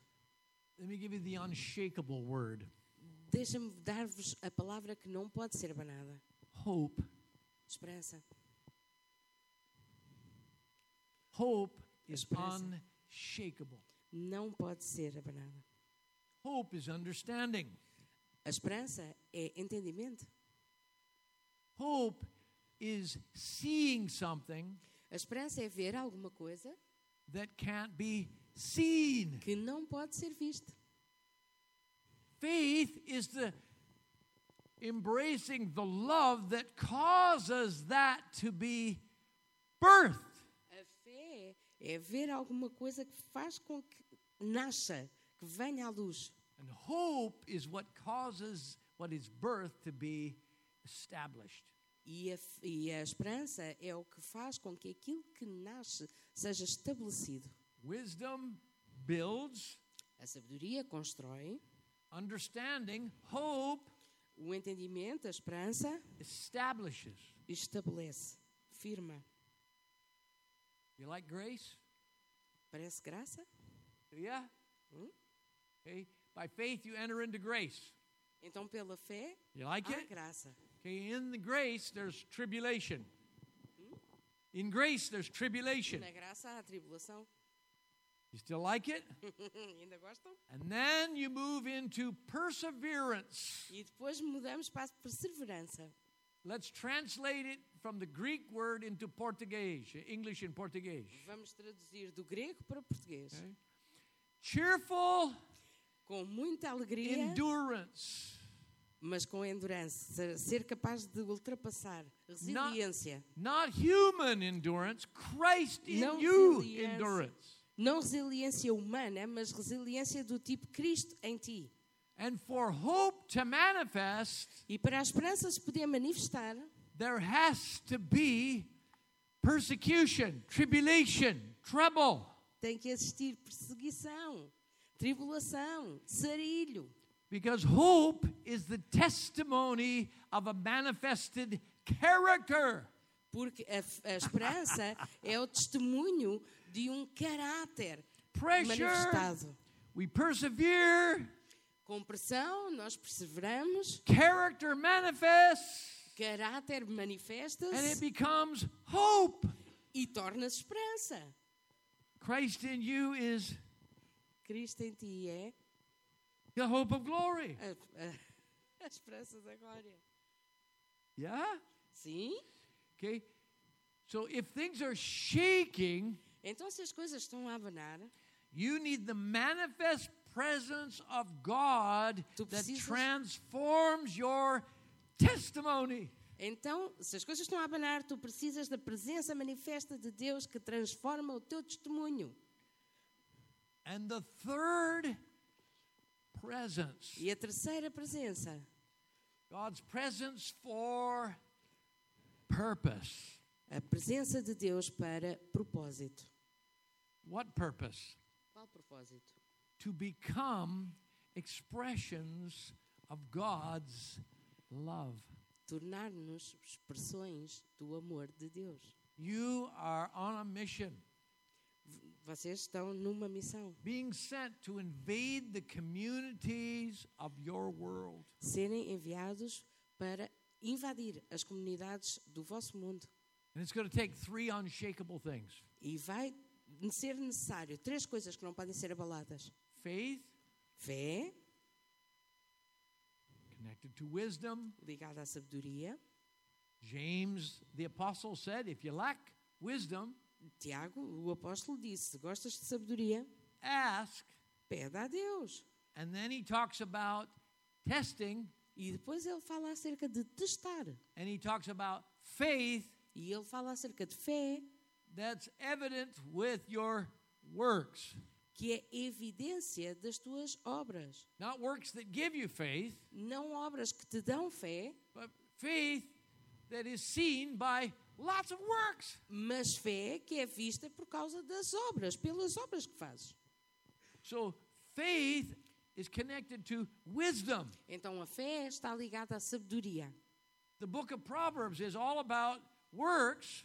Let me give you the unshakable word
Deixa-me dar-vos a palavra que não pode ser abanada.
hope.
Esperança.
Hope is
Esperança.
unshakable.
Não pode ser abanada.
Hope is understanding.
A esperança é entendimento.
Hope is seeing something
A esperança é ver alguma coisa
that can't be seen.
que não pode ser vista.
Faith is the embracing the love that causes that to be birthed.
A fé é ver alguma coisa que faz com que nasça, que venha à luz.
And hope is what causes what is birthed to be established.
E a, f- e a esperança é o que faz com que aquilo que nasce seja estabelecido.
Wisdom builds,
A sabedoria constrói,
understanding, hope
o entendimento, a esperança
establishes.
estabelece, firma.
You like grace?
Parece graça?
Yeah?
Hum?
Okay. By faith, you enter into grace.
Então, pela fé,
You like
há
it?
graça.
Okay, in the grace, there's tribulation. In grace, there's tribulation.
Na graça há tribulação. (laughs)
You still like it?
Ainda gostam?
And then you move into perseverance.
E depois mudamos para a perseverança.
Let's translate it from the Greek word into Portuguese, English and Portuguese.
Vamos traduzir do grego para o português.
Okay? Cheerful
Com muita alegria,
endurance,
mas com endurance. Ser- Ser capaz de ultrapassar. Resiliência.
not human endurance, Christ in
Não
you
resiliência.
endurance,
Não resiliência humana, mas resiliência do tipo Cristo em ti.
and for hope to manifest.
E para a esperança se poder manifestar,
there has to be persecution, tribulation, trouble.
tem que existir perseguição, tribulação, sarilho.
Because hope is the testimony of a manifested character.
Porque a, f- a esperança é o testemunho de um caráter
Pressure,
manifestado.
we persevere,
Com pressão, nós perseveramos,
character manifests,
caráter
and it
manifesta-se
becomes hope.
e torna-se esperança.
Christ in you is
Cristo em ti é
the hope of glory.
a, a- a esperança da glória.
Yeah?
Sim?
Okay? So if things are shaking,
Então, se as coisas estão a abanar,
You need the manifest presence of God
Tu
that
precisas-
transforms your testimony.
Então, se as coisas estão a abanar, tu precisas da presença manifesta de Deus que transforma o teu testemunho.
And the third presence,
E a terceira presença
God's presence for purpose.
A presença de Deus para propósito.
What purpose?
Qual propósito?
To become expressions of God's love.
Tornar-nos expressões do amor de Deus.
You are on a mission,
V- Vocês estão numa missão.
being sent to invade the communities of your world.
Serem enviados para invadir as comunidades do vosso mundo.
And it's going to take three unshakable things
E vai ser necessário três coisas que não podem ser abaladas:
faith,
fé,
connected to wisdom.
ligada à sabedoria.
James the apostle said, if you lack wisdom,
Tiago, o apóstolo, disse: se gostas de sabedoria,
ask.
pede a Deus.
And then he talks about testing
E depois ele fala acerca de testar.
and he talks about faith
E ele fala acerca de fé,
that's evident with your works.
que é evidência das tuas obras.
Not works that give you faith,
Não obras que te dão fé,
but faith that is seen by lots of works.
mas fé que é vista por causa das obras, pelas obras que fazes.
So faith is connected to wisdom.
Então a fé está ligada à sabedoria. (laughs)
The book of Proverbs is all about works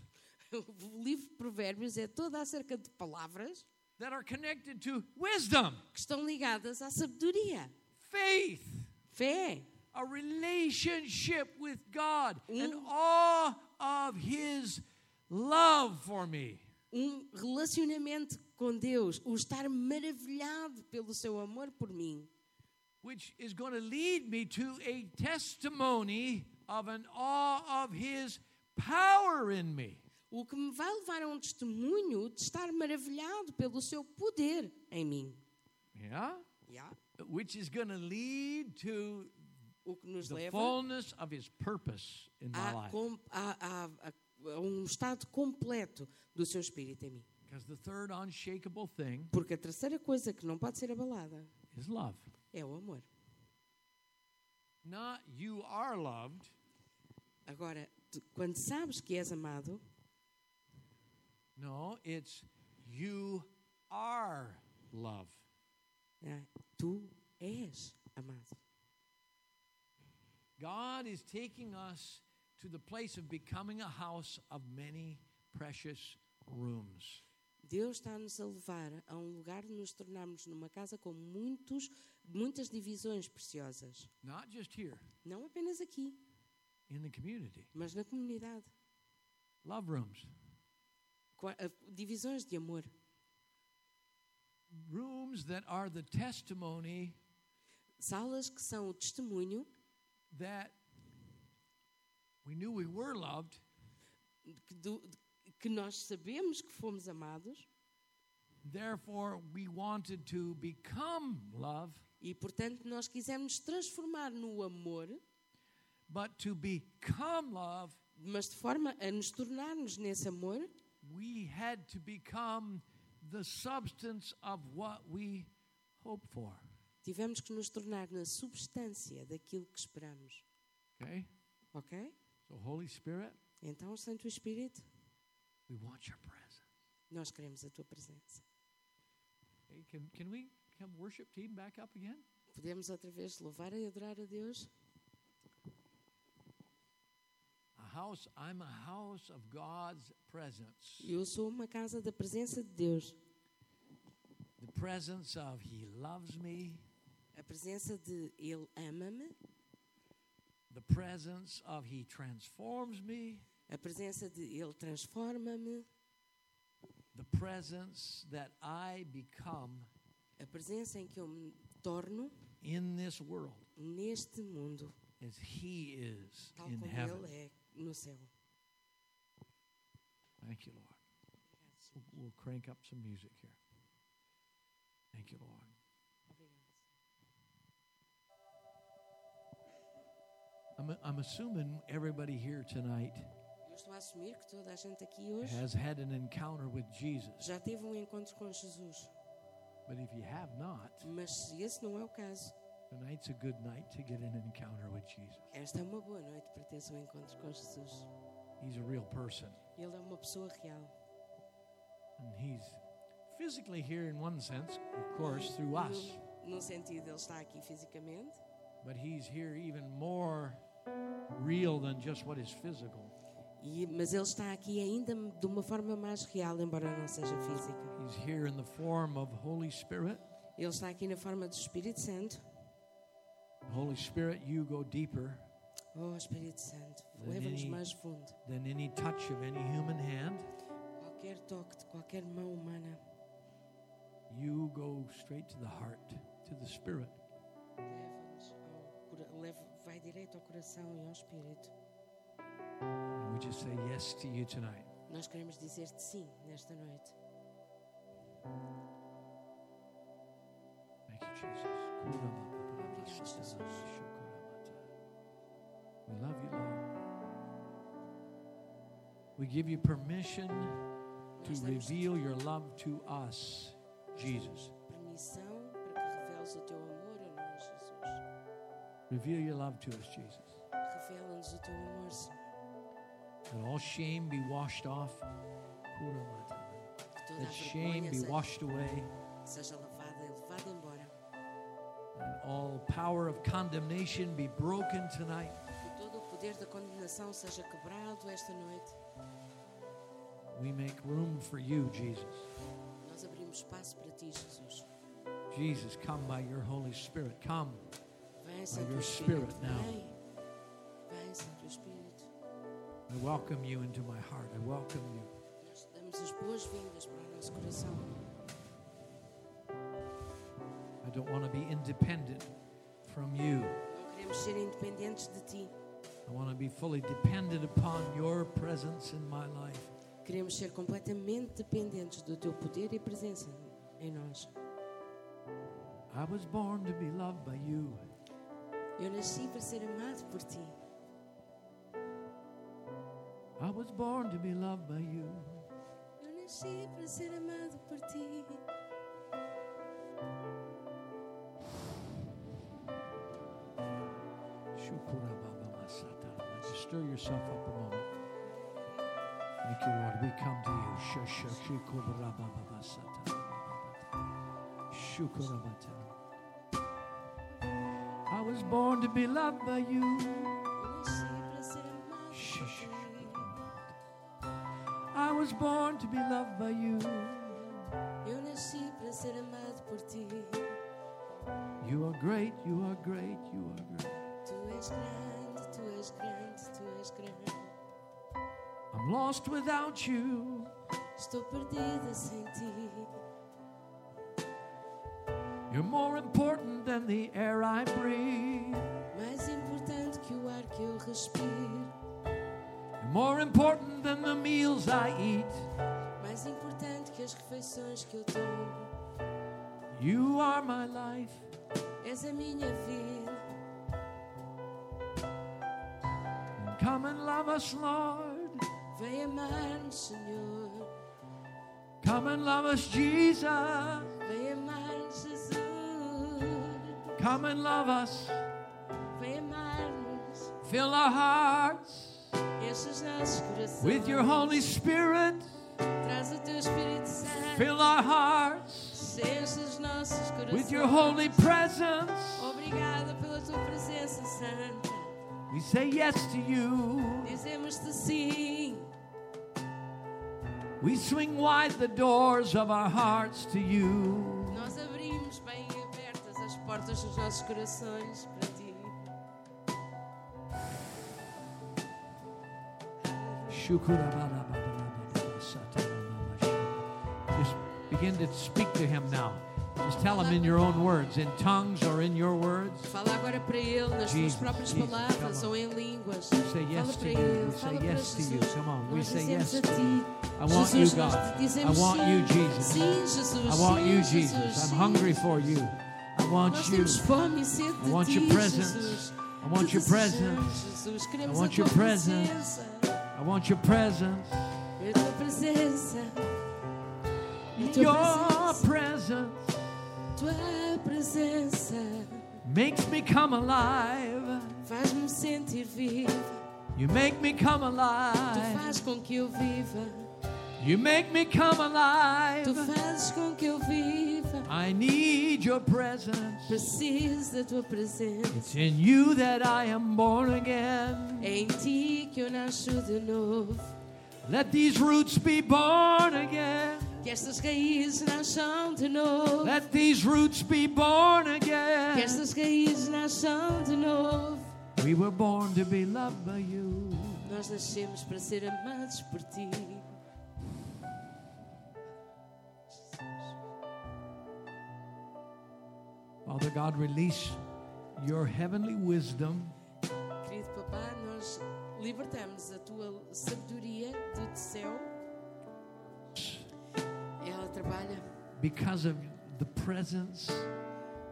O livro de Provérbios é todo acerca de palavras
that are connected to wisdom,
que estão ligadas à sabedoria.
faith,
Fé,
a relationship with God, and
Mm.
awe of His love for me.
um relacionamento com Deus, o estar maravilhado pelo seu amor por mim,
which is going to lead me to a testimony of an awe of his power in me.
o que me vai levar a um testemunho de estar maravilhado pelo seu poder em mim.
Yeah?
Yeah.
Which is going to lead to
O que nos
the
leva
fullness of his purpose in my
a,
life.
com- a- a- a- a um estado completo do seu espírito em mim.
Because the third unshakable thing
Porque a terceira coisa que não pode ser abalada
is love.
é o amor.
Not you are loved,
Agora, tu- quando sabes que és amado,
no, it's you are love.
né, tu és amado.
God is taking us to the place of becoming a house of many precious rooms.
Deus está-nos a levar a um lugar de nos tornarmos numa casa com muitos, muitas divisões preciosas.
not just here
Não apenas aqui,
in the community
mas na comunidade.
love rooms
Qua- a- Divisões de amor.
rooms that are the testimony
Salas que são o testemunho
that we knew we were loved
que, do- de- que nós sabemos que fomos amados
therefore we wanted to become love
e, portanto, nós quisemos transformar no amor,
but to become love
mas de forma a nos tornarmos nesse amor,
we had to become the substance of what we hope for
tivemos que nos tornar na substância daquilo que esperamos.
okay
Ok?
so holy spirit
Então, Santo Espírito,
we want your presence
nós queremos a tua presença.
okay, can, can we have worship team back up again
Podemos outra vez louvar e adorar a Deus?
A house, I'm a house of God's presence.
Eu sou uma casa da presença de Deus.
The presence of He loves me,
A presença de Ele ama-me,
the presence of He transforms me,
a presença de Ele transforma-me,
the presence that I become
a presença em que eu me torno
in this world
neste mundo,
as He is
tal
in
como
heaven.
Ele é no céu.
Thank you, Lord. We'll- We'll crank up some music here. Thank you, Lord.
Obrigada.
I'm, I'm assuming everybody here tonight
Eu estou a assumir que toda a gente aqui hoje
has had an encounter with Jesus.
já teve um encontro com Jesus.
But if you have not,
Mas se esse não é o caso,
tonight's a good night to get an encounter with Jesus.
esta é uma boa noite para teres um encontro com Jesus.
He's a real person.
Ele é uma pessoa real.
And he's physically here in one sense, of course, through us.
No, no sentido, ele está aqui fisicamente,
But he's here even more real than just what is physical.
e, mas ele está aqui ainda de uma forma mais real, embora não seja física.
He's here in the form of Holy Spirit.
Ele está aqui na forma do Espírito Santo.
Holy Spirit, you go deeper
Oh, Espírito Santo,
Lenine.
leva-nos mais fundo.
than any touch of any human hand.
Qualquer toque de qualquer mão humana,
You go straight to the heart, to the spirit.
leva-nos ao cora- leva, vai direto ao coração e ao Espírito.
And we just say yes to you tonight.
Nós queremos dizer-te sim nesta noite.
Thank you, Jesus. We love you, Lord. We give you permission to
Nós damos
reveal your love to us, Jesus.
permissão para que reveles o teu amor a nós, Jesus.
Reveal your love to us, Jesus.
Revela-nos o teu amor, Senhor.
That all shame be washed off.
Que toda a
That shame
vergonha
be
seja-
washed away.
seja lavada e levada embora.
And all power of condemnation be broken tonight.
Que todo o poder da condenação seja quebrado esta noite.
We make room for you, Jesus.
Nós abrimos espaço para ti, Jesus.
Jesus, come by your Holy Spirit. Come.
Vem, Santo
your
Espírito.
Spirit now.
Vem. Vem, Santo Espírito.
I welcome you into my heart. I welcome you.
Nós te damos as boas-vindas para o nosso coração.
I don't want to be independent from you.
Não queremos ser independentes de ti.
I want to be fully dependent upon your presence in my life.
Queremos ser completamente dependentes do teu poder e presença em nós.
I was born to be loved by you.
Eu nasci para ser amado por ti.
I was born to be loved by you.
Eu nasci para ser amado por ti.
Shukurababamasatara. Just stir yourself up a moment. Thank you, Lord. We come to you. Shashakikurababamasatara. Shukurabatara. I was born to be loved by you.
Eu nasci para ser amado
Shush.
por
I was born to be loved by you.
ti. Eu nasci para ser amado por ti.
You are great, you are great, you are great.
Tu és grande, tu és grande, tu és grande.
I'm lost without you.
Estou perdida sem ti.
You're more important than the air I breathe.
Mais importante que o ar que eu respiro.
You're more important than the meals I eat.
Mais importante que as refeições que eu tomo.
You are my life.
És a minha vida.
Come and love us, Lord.
Vem amar-me, Senhor.
Come and love us, Jesus.
Vem amar-me, Jesus.
Come and love us.
Vem amar-nos.
Fill our hearts
Enche os nossos corações.
with your Holy Spirit.
Traz o teu Espírito Santo.
Fill our hearts
Enche os nossos corações.
with your holy presence.
Obrigada pela tua presença, Santa.
We say yes to you.
Dizemos-te sim.
We swing wide the doors of our hearts to you.
Nós abrimos bem abertas as portas dos nossos corações para ti.
Just begin to speak to him now. Just tell him in your own words, in tongues or in your words.
Fala agora para Ele nas
Jesus,
tuas próprias
Jesus,
palavras
come on.
ou em línguas.
say
Fala
yes to
para
you.
Ele,
We say
fala para
yes to you.
Jesus.
Come on, we
Nós
say
dizemos
yes
a
to
Ti.
I want you,
Jesus, nós
God.
te
I
dizemos
want
sim.
you, Jesus.
Sim, Jesus.
I want
sim,
you,
Jesus.
Jesus. I'm
sim,
hungry for you. I want
Nós
you.
temos fome e sede
I want
de
your
ti,
presence.
Jesus.
I want
Te
your presence.
desejamos, Jesus, queremos
I want
a tua
your presence.
presença.
I want your presence.
A tua presença. A tua
Your
presença.
presence
Tua presença.
makes me come alive.
Faz-me sentir viva.
You make me come
Tu
alive.
fazes com que eu viva.
You make me come
Tu
alive.
fazes com que eu viva.
I need your presence.
Preciso da tua presença.
It's in you that I am born again.
É em ti que eu nasço de novo.
Let these roots be born again.
Que estas raízes nasçam de novo.
Let these roots be born
Que
again.
estas raízes nasçam de novo.
We were born to be loved by you.
Nós nascemos para ser amados por ti.
Father God, release your heavenly wisdom
Querido papá, nós libertamos a tua sabedoria do céu. Ela trabalha
because of the presence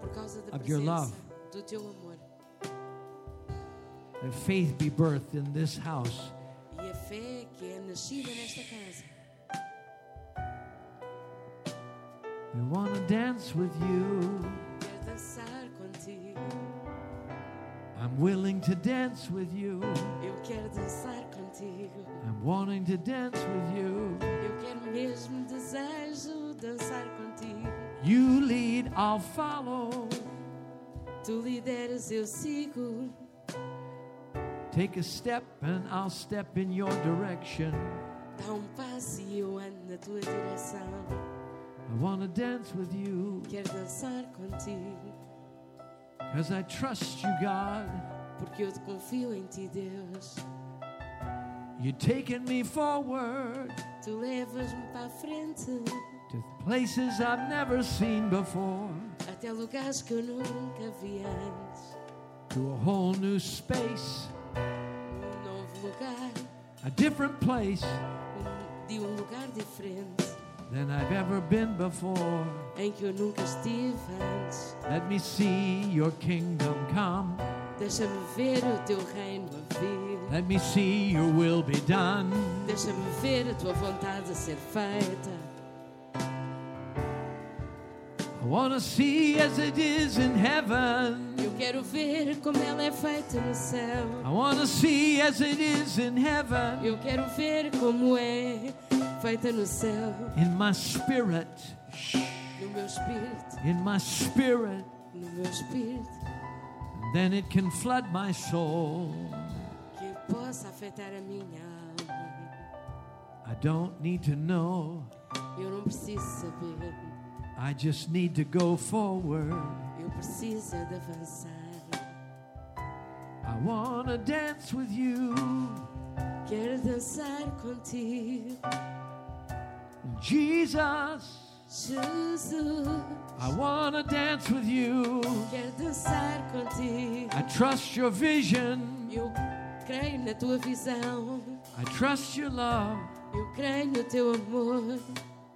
por causa da
Of your love.
presença do teu amor.
that faith be birthed in this house.
E a fé que é nascida nesta casa.
We want to dance with you.
Quero dançar contigo.
I'm willing to dance with you.
Eu quero dançar contigo.
I'm wanting to dance with you.
Eu quero mesmo, desejo dançar contigo.
You lead, I'll follow.
Tu lideras, eu sigo.
Take a step and I'll step in your direction.
Dá um passo e eu ando na tua direção.
I want to dance with you
Quero dançar contigo.
because I trust you, God.
Porque eu te confio em ti, Deus.
You're taking me forward
Tu levas-me para a frente.
to places I've never seen before,
Até lugares que eu nunca vi antes.
to a whole new space,
Um novo lugar.
a different place
um- de um lugar diferente.
than I've ever been before.
Em que eu nunca estive antes.
Let me see your kingdom come.
Deixa-me ver o teu reino a vir.
Let me see your will be done.
Deixa-me ver a tua vontade a ser feita.
I want to see as it is in heaven.
Eu quero ver como ela é feita no céu.
I want to see as it is in heaven.
Eu quero ver como é feita no céu.
In my spirit. Shh.
No meu espírito,
In my spirit.
no meu espírito.
Then it can flood my soul.
Que possa afetar a minha alma.
I don't need to know.
Eu não preciso saber.
I just need to go forward.
Eu preciso é de avançar.
I want to dance with you.
Quero dançar contigo,
Jesus.
Jesus.
I want to dance with you.
Quero dançar contigo.
I trust your vision.
Eu creio na tua visão.
I trust your love.
Eu creio no teu amor.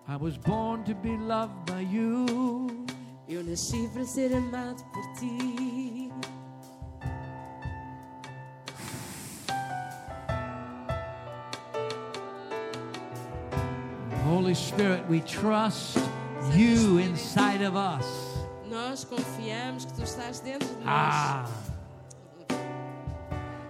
I was born to be loved by you.
Eu nasci para ser amado por ti.
Holy Spirit, we trust you inside of us.
Nós confiamos que tu estás dentro de nós.
Ah.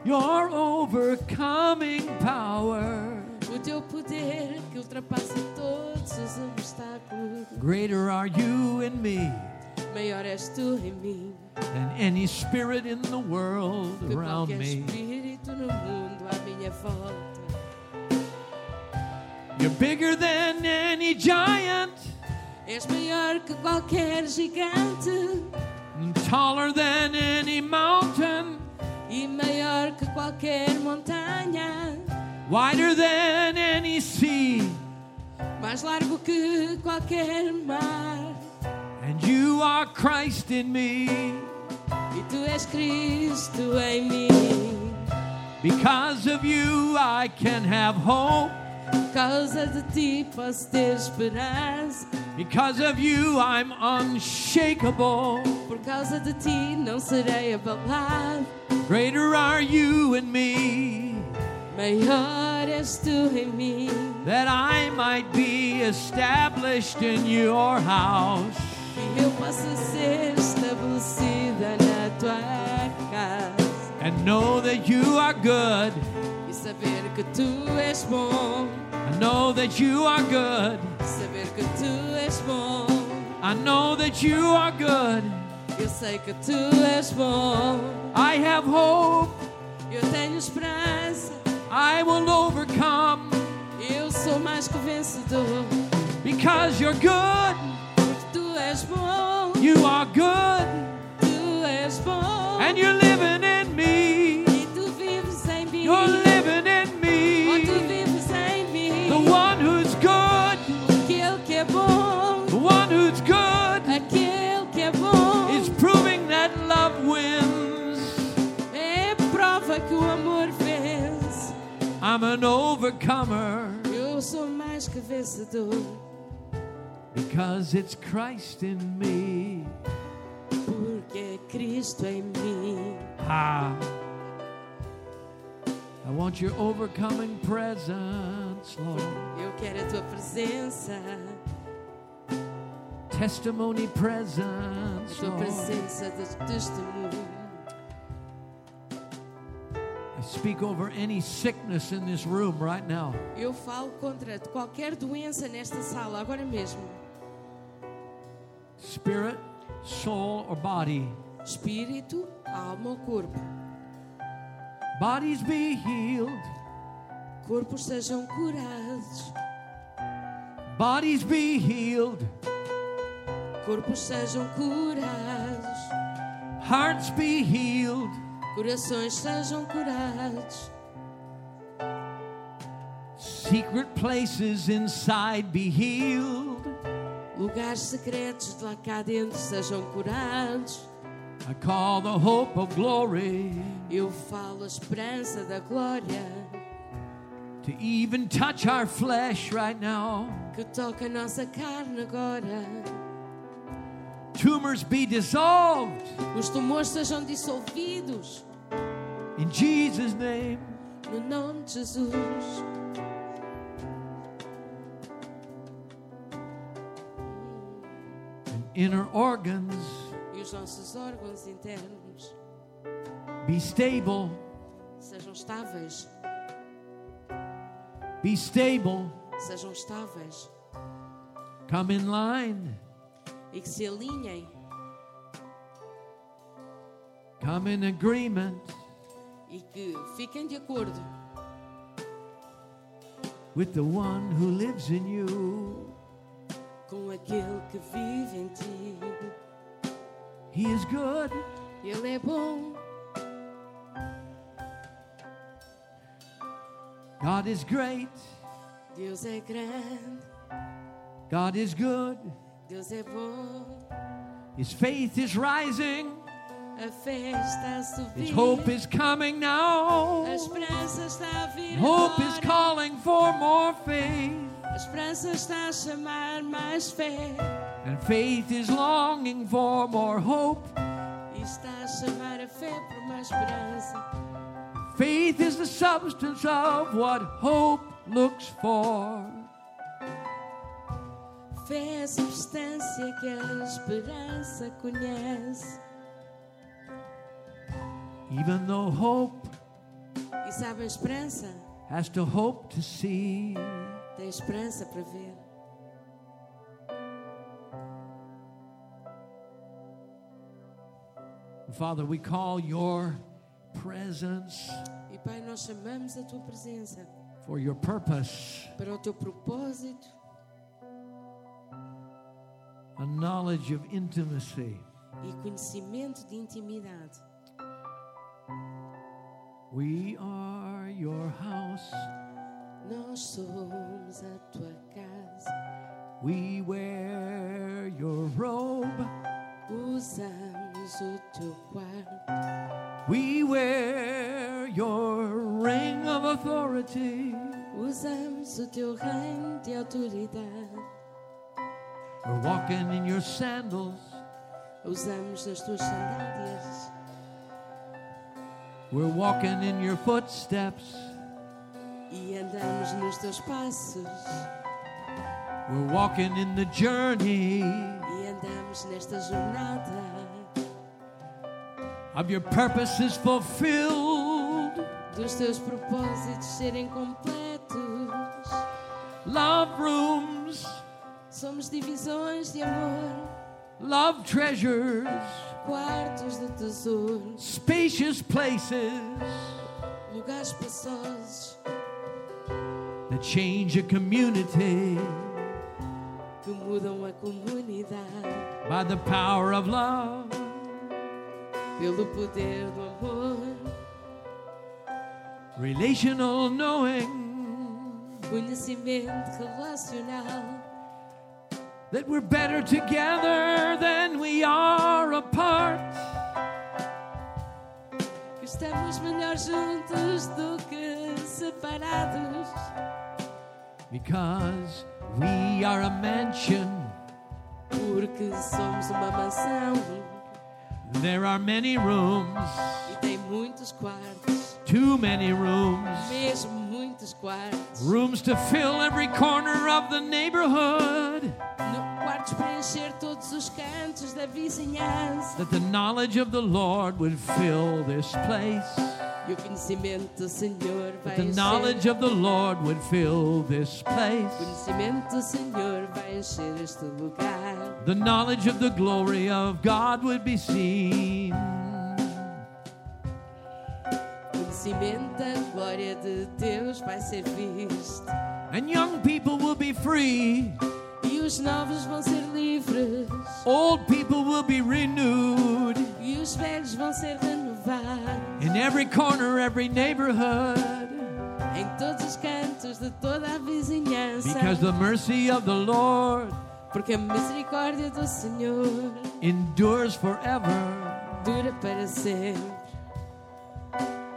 Your overcoming power,
O teu poder que ultrapassa todos os obstáculos.
greater are you in me
Maior és tu em mim
than any spirit in the world
que
around
qualquer
me.
espírito no mundo à minha volta.
You're bigger than any giant,
És maior que qualquer gigante
and taller than any mountain,
e maior que qualquer montanha.
wider than any sea.
Mais largo que qualquer mar.
And you are Christ in me
E tu és Cristo em mim.
because of you I can have hope
Por causa de ti posso ter esperança.
because of you I'm unshakable
Por causa de ti não serei abalado.
Greater are you in me,
Maior és tu em mim,
that I might be established in your house.
que eu possa ser estabelecida na tua casa.
And know that you are good.
E saber que tu és bom,
I know that you are good.
saber que tu és bom,
I know that you are good.
eu sei que tu és bom.
I have hope.
Eu tenho esperança,
I will overcome
eu sou mais que vencedor,
because you're good.
porque tu és bom,
You are good.
tu és bom.
And you're living in me.
E tu vives em mim,
You're living in
oh, tu
me.
vives em mim.
The one who's good.
Aquele que é bom,
The one who's good
aquele que é bom,
is proving that love wins.
é prova que o amor vence.
I'm an overcomer
Eu sou mais que vencedor,
because it's Christ in me.
porque é Cristo em mim.
Ah. I want your overcoming presence, Lord.
Eu quero a tua presença,
Testimony
a
presence,
tua
Lord.
presença de testemunho.
I speak over any sickness in this room right now.
Eu falo contra qualquer doença nesta sala agora mesmo.
Spirit, soul, or body.
Espírito, alma ou corpo.
Bodies be healed.
Corpos sejam curados,
Bodies be healed.
corpos sejam curados.
Hearts be healed.
corações sejam curados,
Secret places inside be healed.
lugares secretos de lá cá dentro sejam curados.
I call the hope of glory
Eu falo a esperança da glória
to even touch our flesh right now.
que toca a nossa carne agora.
Tumors be dissolved
Os tumores sejam dissolvidos
in Jesus' name.
no nome de Jesus.
And inner organs
E os nossos órgãos internos
be stable,
sejam estáveis,
be stable.
sejam estáveis
Come in line,
e que se alinhem
come in agreement
e que fiquem de acordo
with the one who lives in you.
com aquele que vive em ti.
He is good.
Ele é bom.
God is great.
Deus é grande,
God is good.
Deus é bom,
His faith is rising.
a fé está a
His
subir,
hope is coming now.
a esperança está a vir
Hope is
agora,
calling for more faith.
a esperança está a chamar mais fé,
And faith is longing for more hope.
e está a chamar a fé por uma esperança.
Faith is the substance of what hope looks for.
Fé é a substância que a esperança conhece,
Even though hope
e sabe a esperança?
has to hope to see.
Tem esperança para ver.
Father, we call your presence
E Pai, nós chamamos a Tua presença
for your purpose,
para o Teu propósito,
a knowledge of intimacy.
e conhecimento de intimidade.
We are your house.
Nós somos a tua casa,
We wear your robe.
usamos o teu quarto,
We wear your ring of authority.
usamos o teu reino de autoridade,
We're walking in your sandals.
usamos as tuas sandálias,
We're walking in your footsteps.
e andamos nos teus passos
We're walking in the journey
e andamos nesta jornada
of your purposes fulfilled.
dos teus propósitos serem completos.
Love rooms,
Somos divisões de amor,
love treasures,
quartos de tesouros,
spacious places
lugares espaçosos
that change a community
que mudam a comunidade
by the power of love.
pelo poder do amor.
Relational knowing
Conhecimento relacional,
that we're better together than we are apart.
que estamos melhor juntos do que separados,
Because we are a mansion,
porque somos uma mansão
there are many rooms,
e tem muitos quartos,
too many rooms,
mesmo muitos quartos.
rooms to fill every corner of the neighborhood.
No quartos para encher todos os cantos da vizinhança.
That the knowledge of the Lord would fill this place,
E o conhecimento do Senhor
that
vai
the knowledge
encher.
of the Lord would fill this
O
place,
conhecimento do Senhor vai encher este lugar.
the knowledge of the glory of God would be seen.
O conhecimento da glória de Deus vai ser visto.
And young people will be free,
E os novos vão ser livres.
old people will be renewed.
E os velhos vão ser renovados.
In every corner, every neighborhood,
Em todos os cantos de toda a vizinhança.
because the mercy of the Lord
Porque a misericórdia do Senhor
endures forever.
dura para sempre.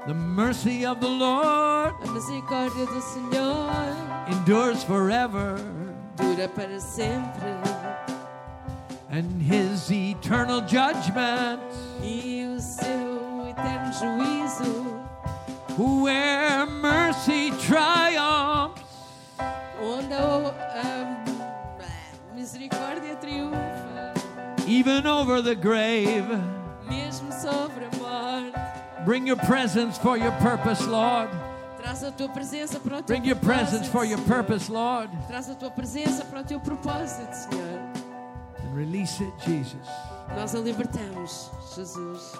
The mercy of the Lord
A misericórdia do Senhor
endures forever,
dura para sempre
and his eternal judgment,
e o seu eterno juízo,
where mercy triumphs,
onde a, a- a misericórdia triunfa,
even over the grave.
mesmo sobre a morte.
Bring your presence for your purpose, Lord.
Traz a tua presença para o teu
Bring your
propósito,
presence for your
Senhor.
purpose, Lord,
Traz a tua presença para o teu propósito, Senhor.
and release it, Jesus.
Nós a libertamos, Jesus.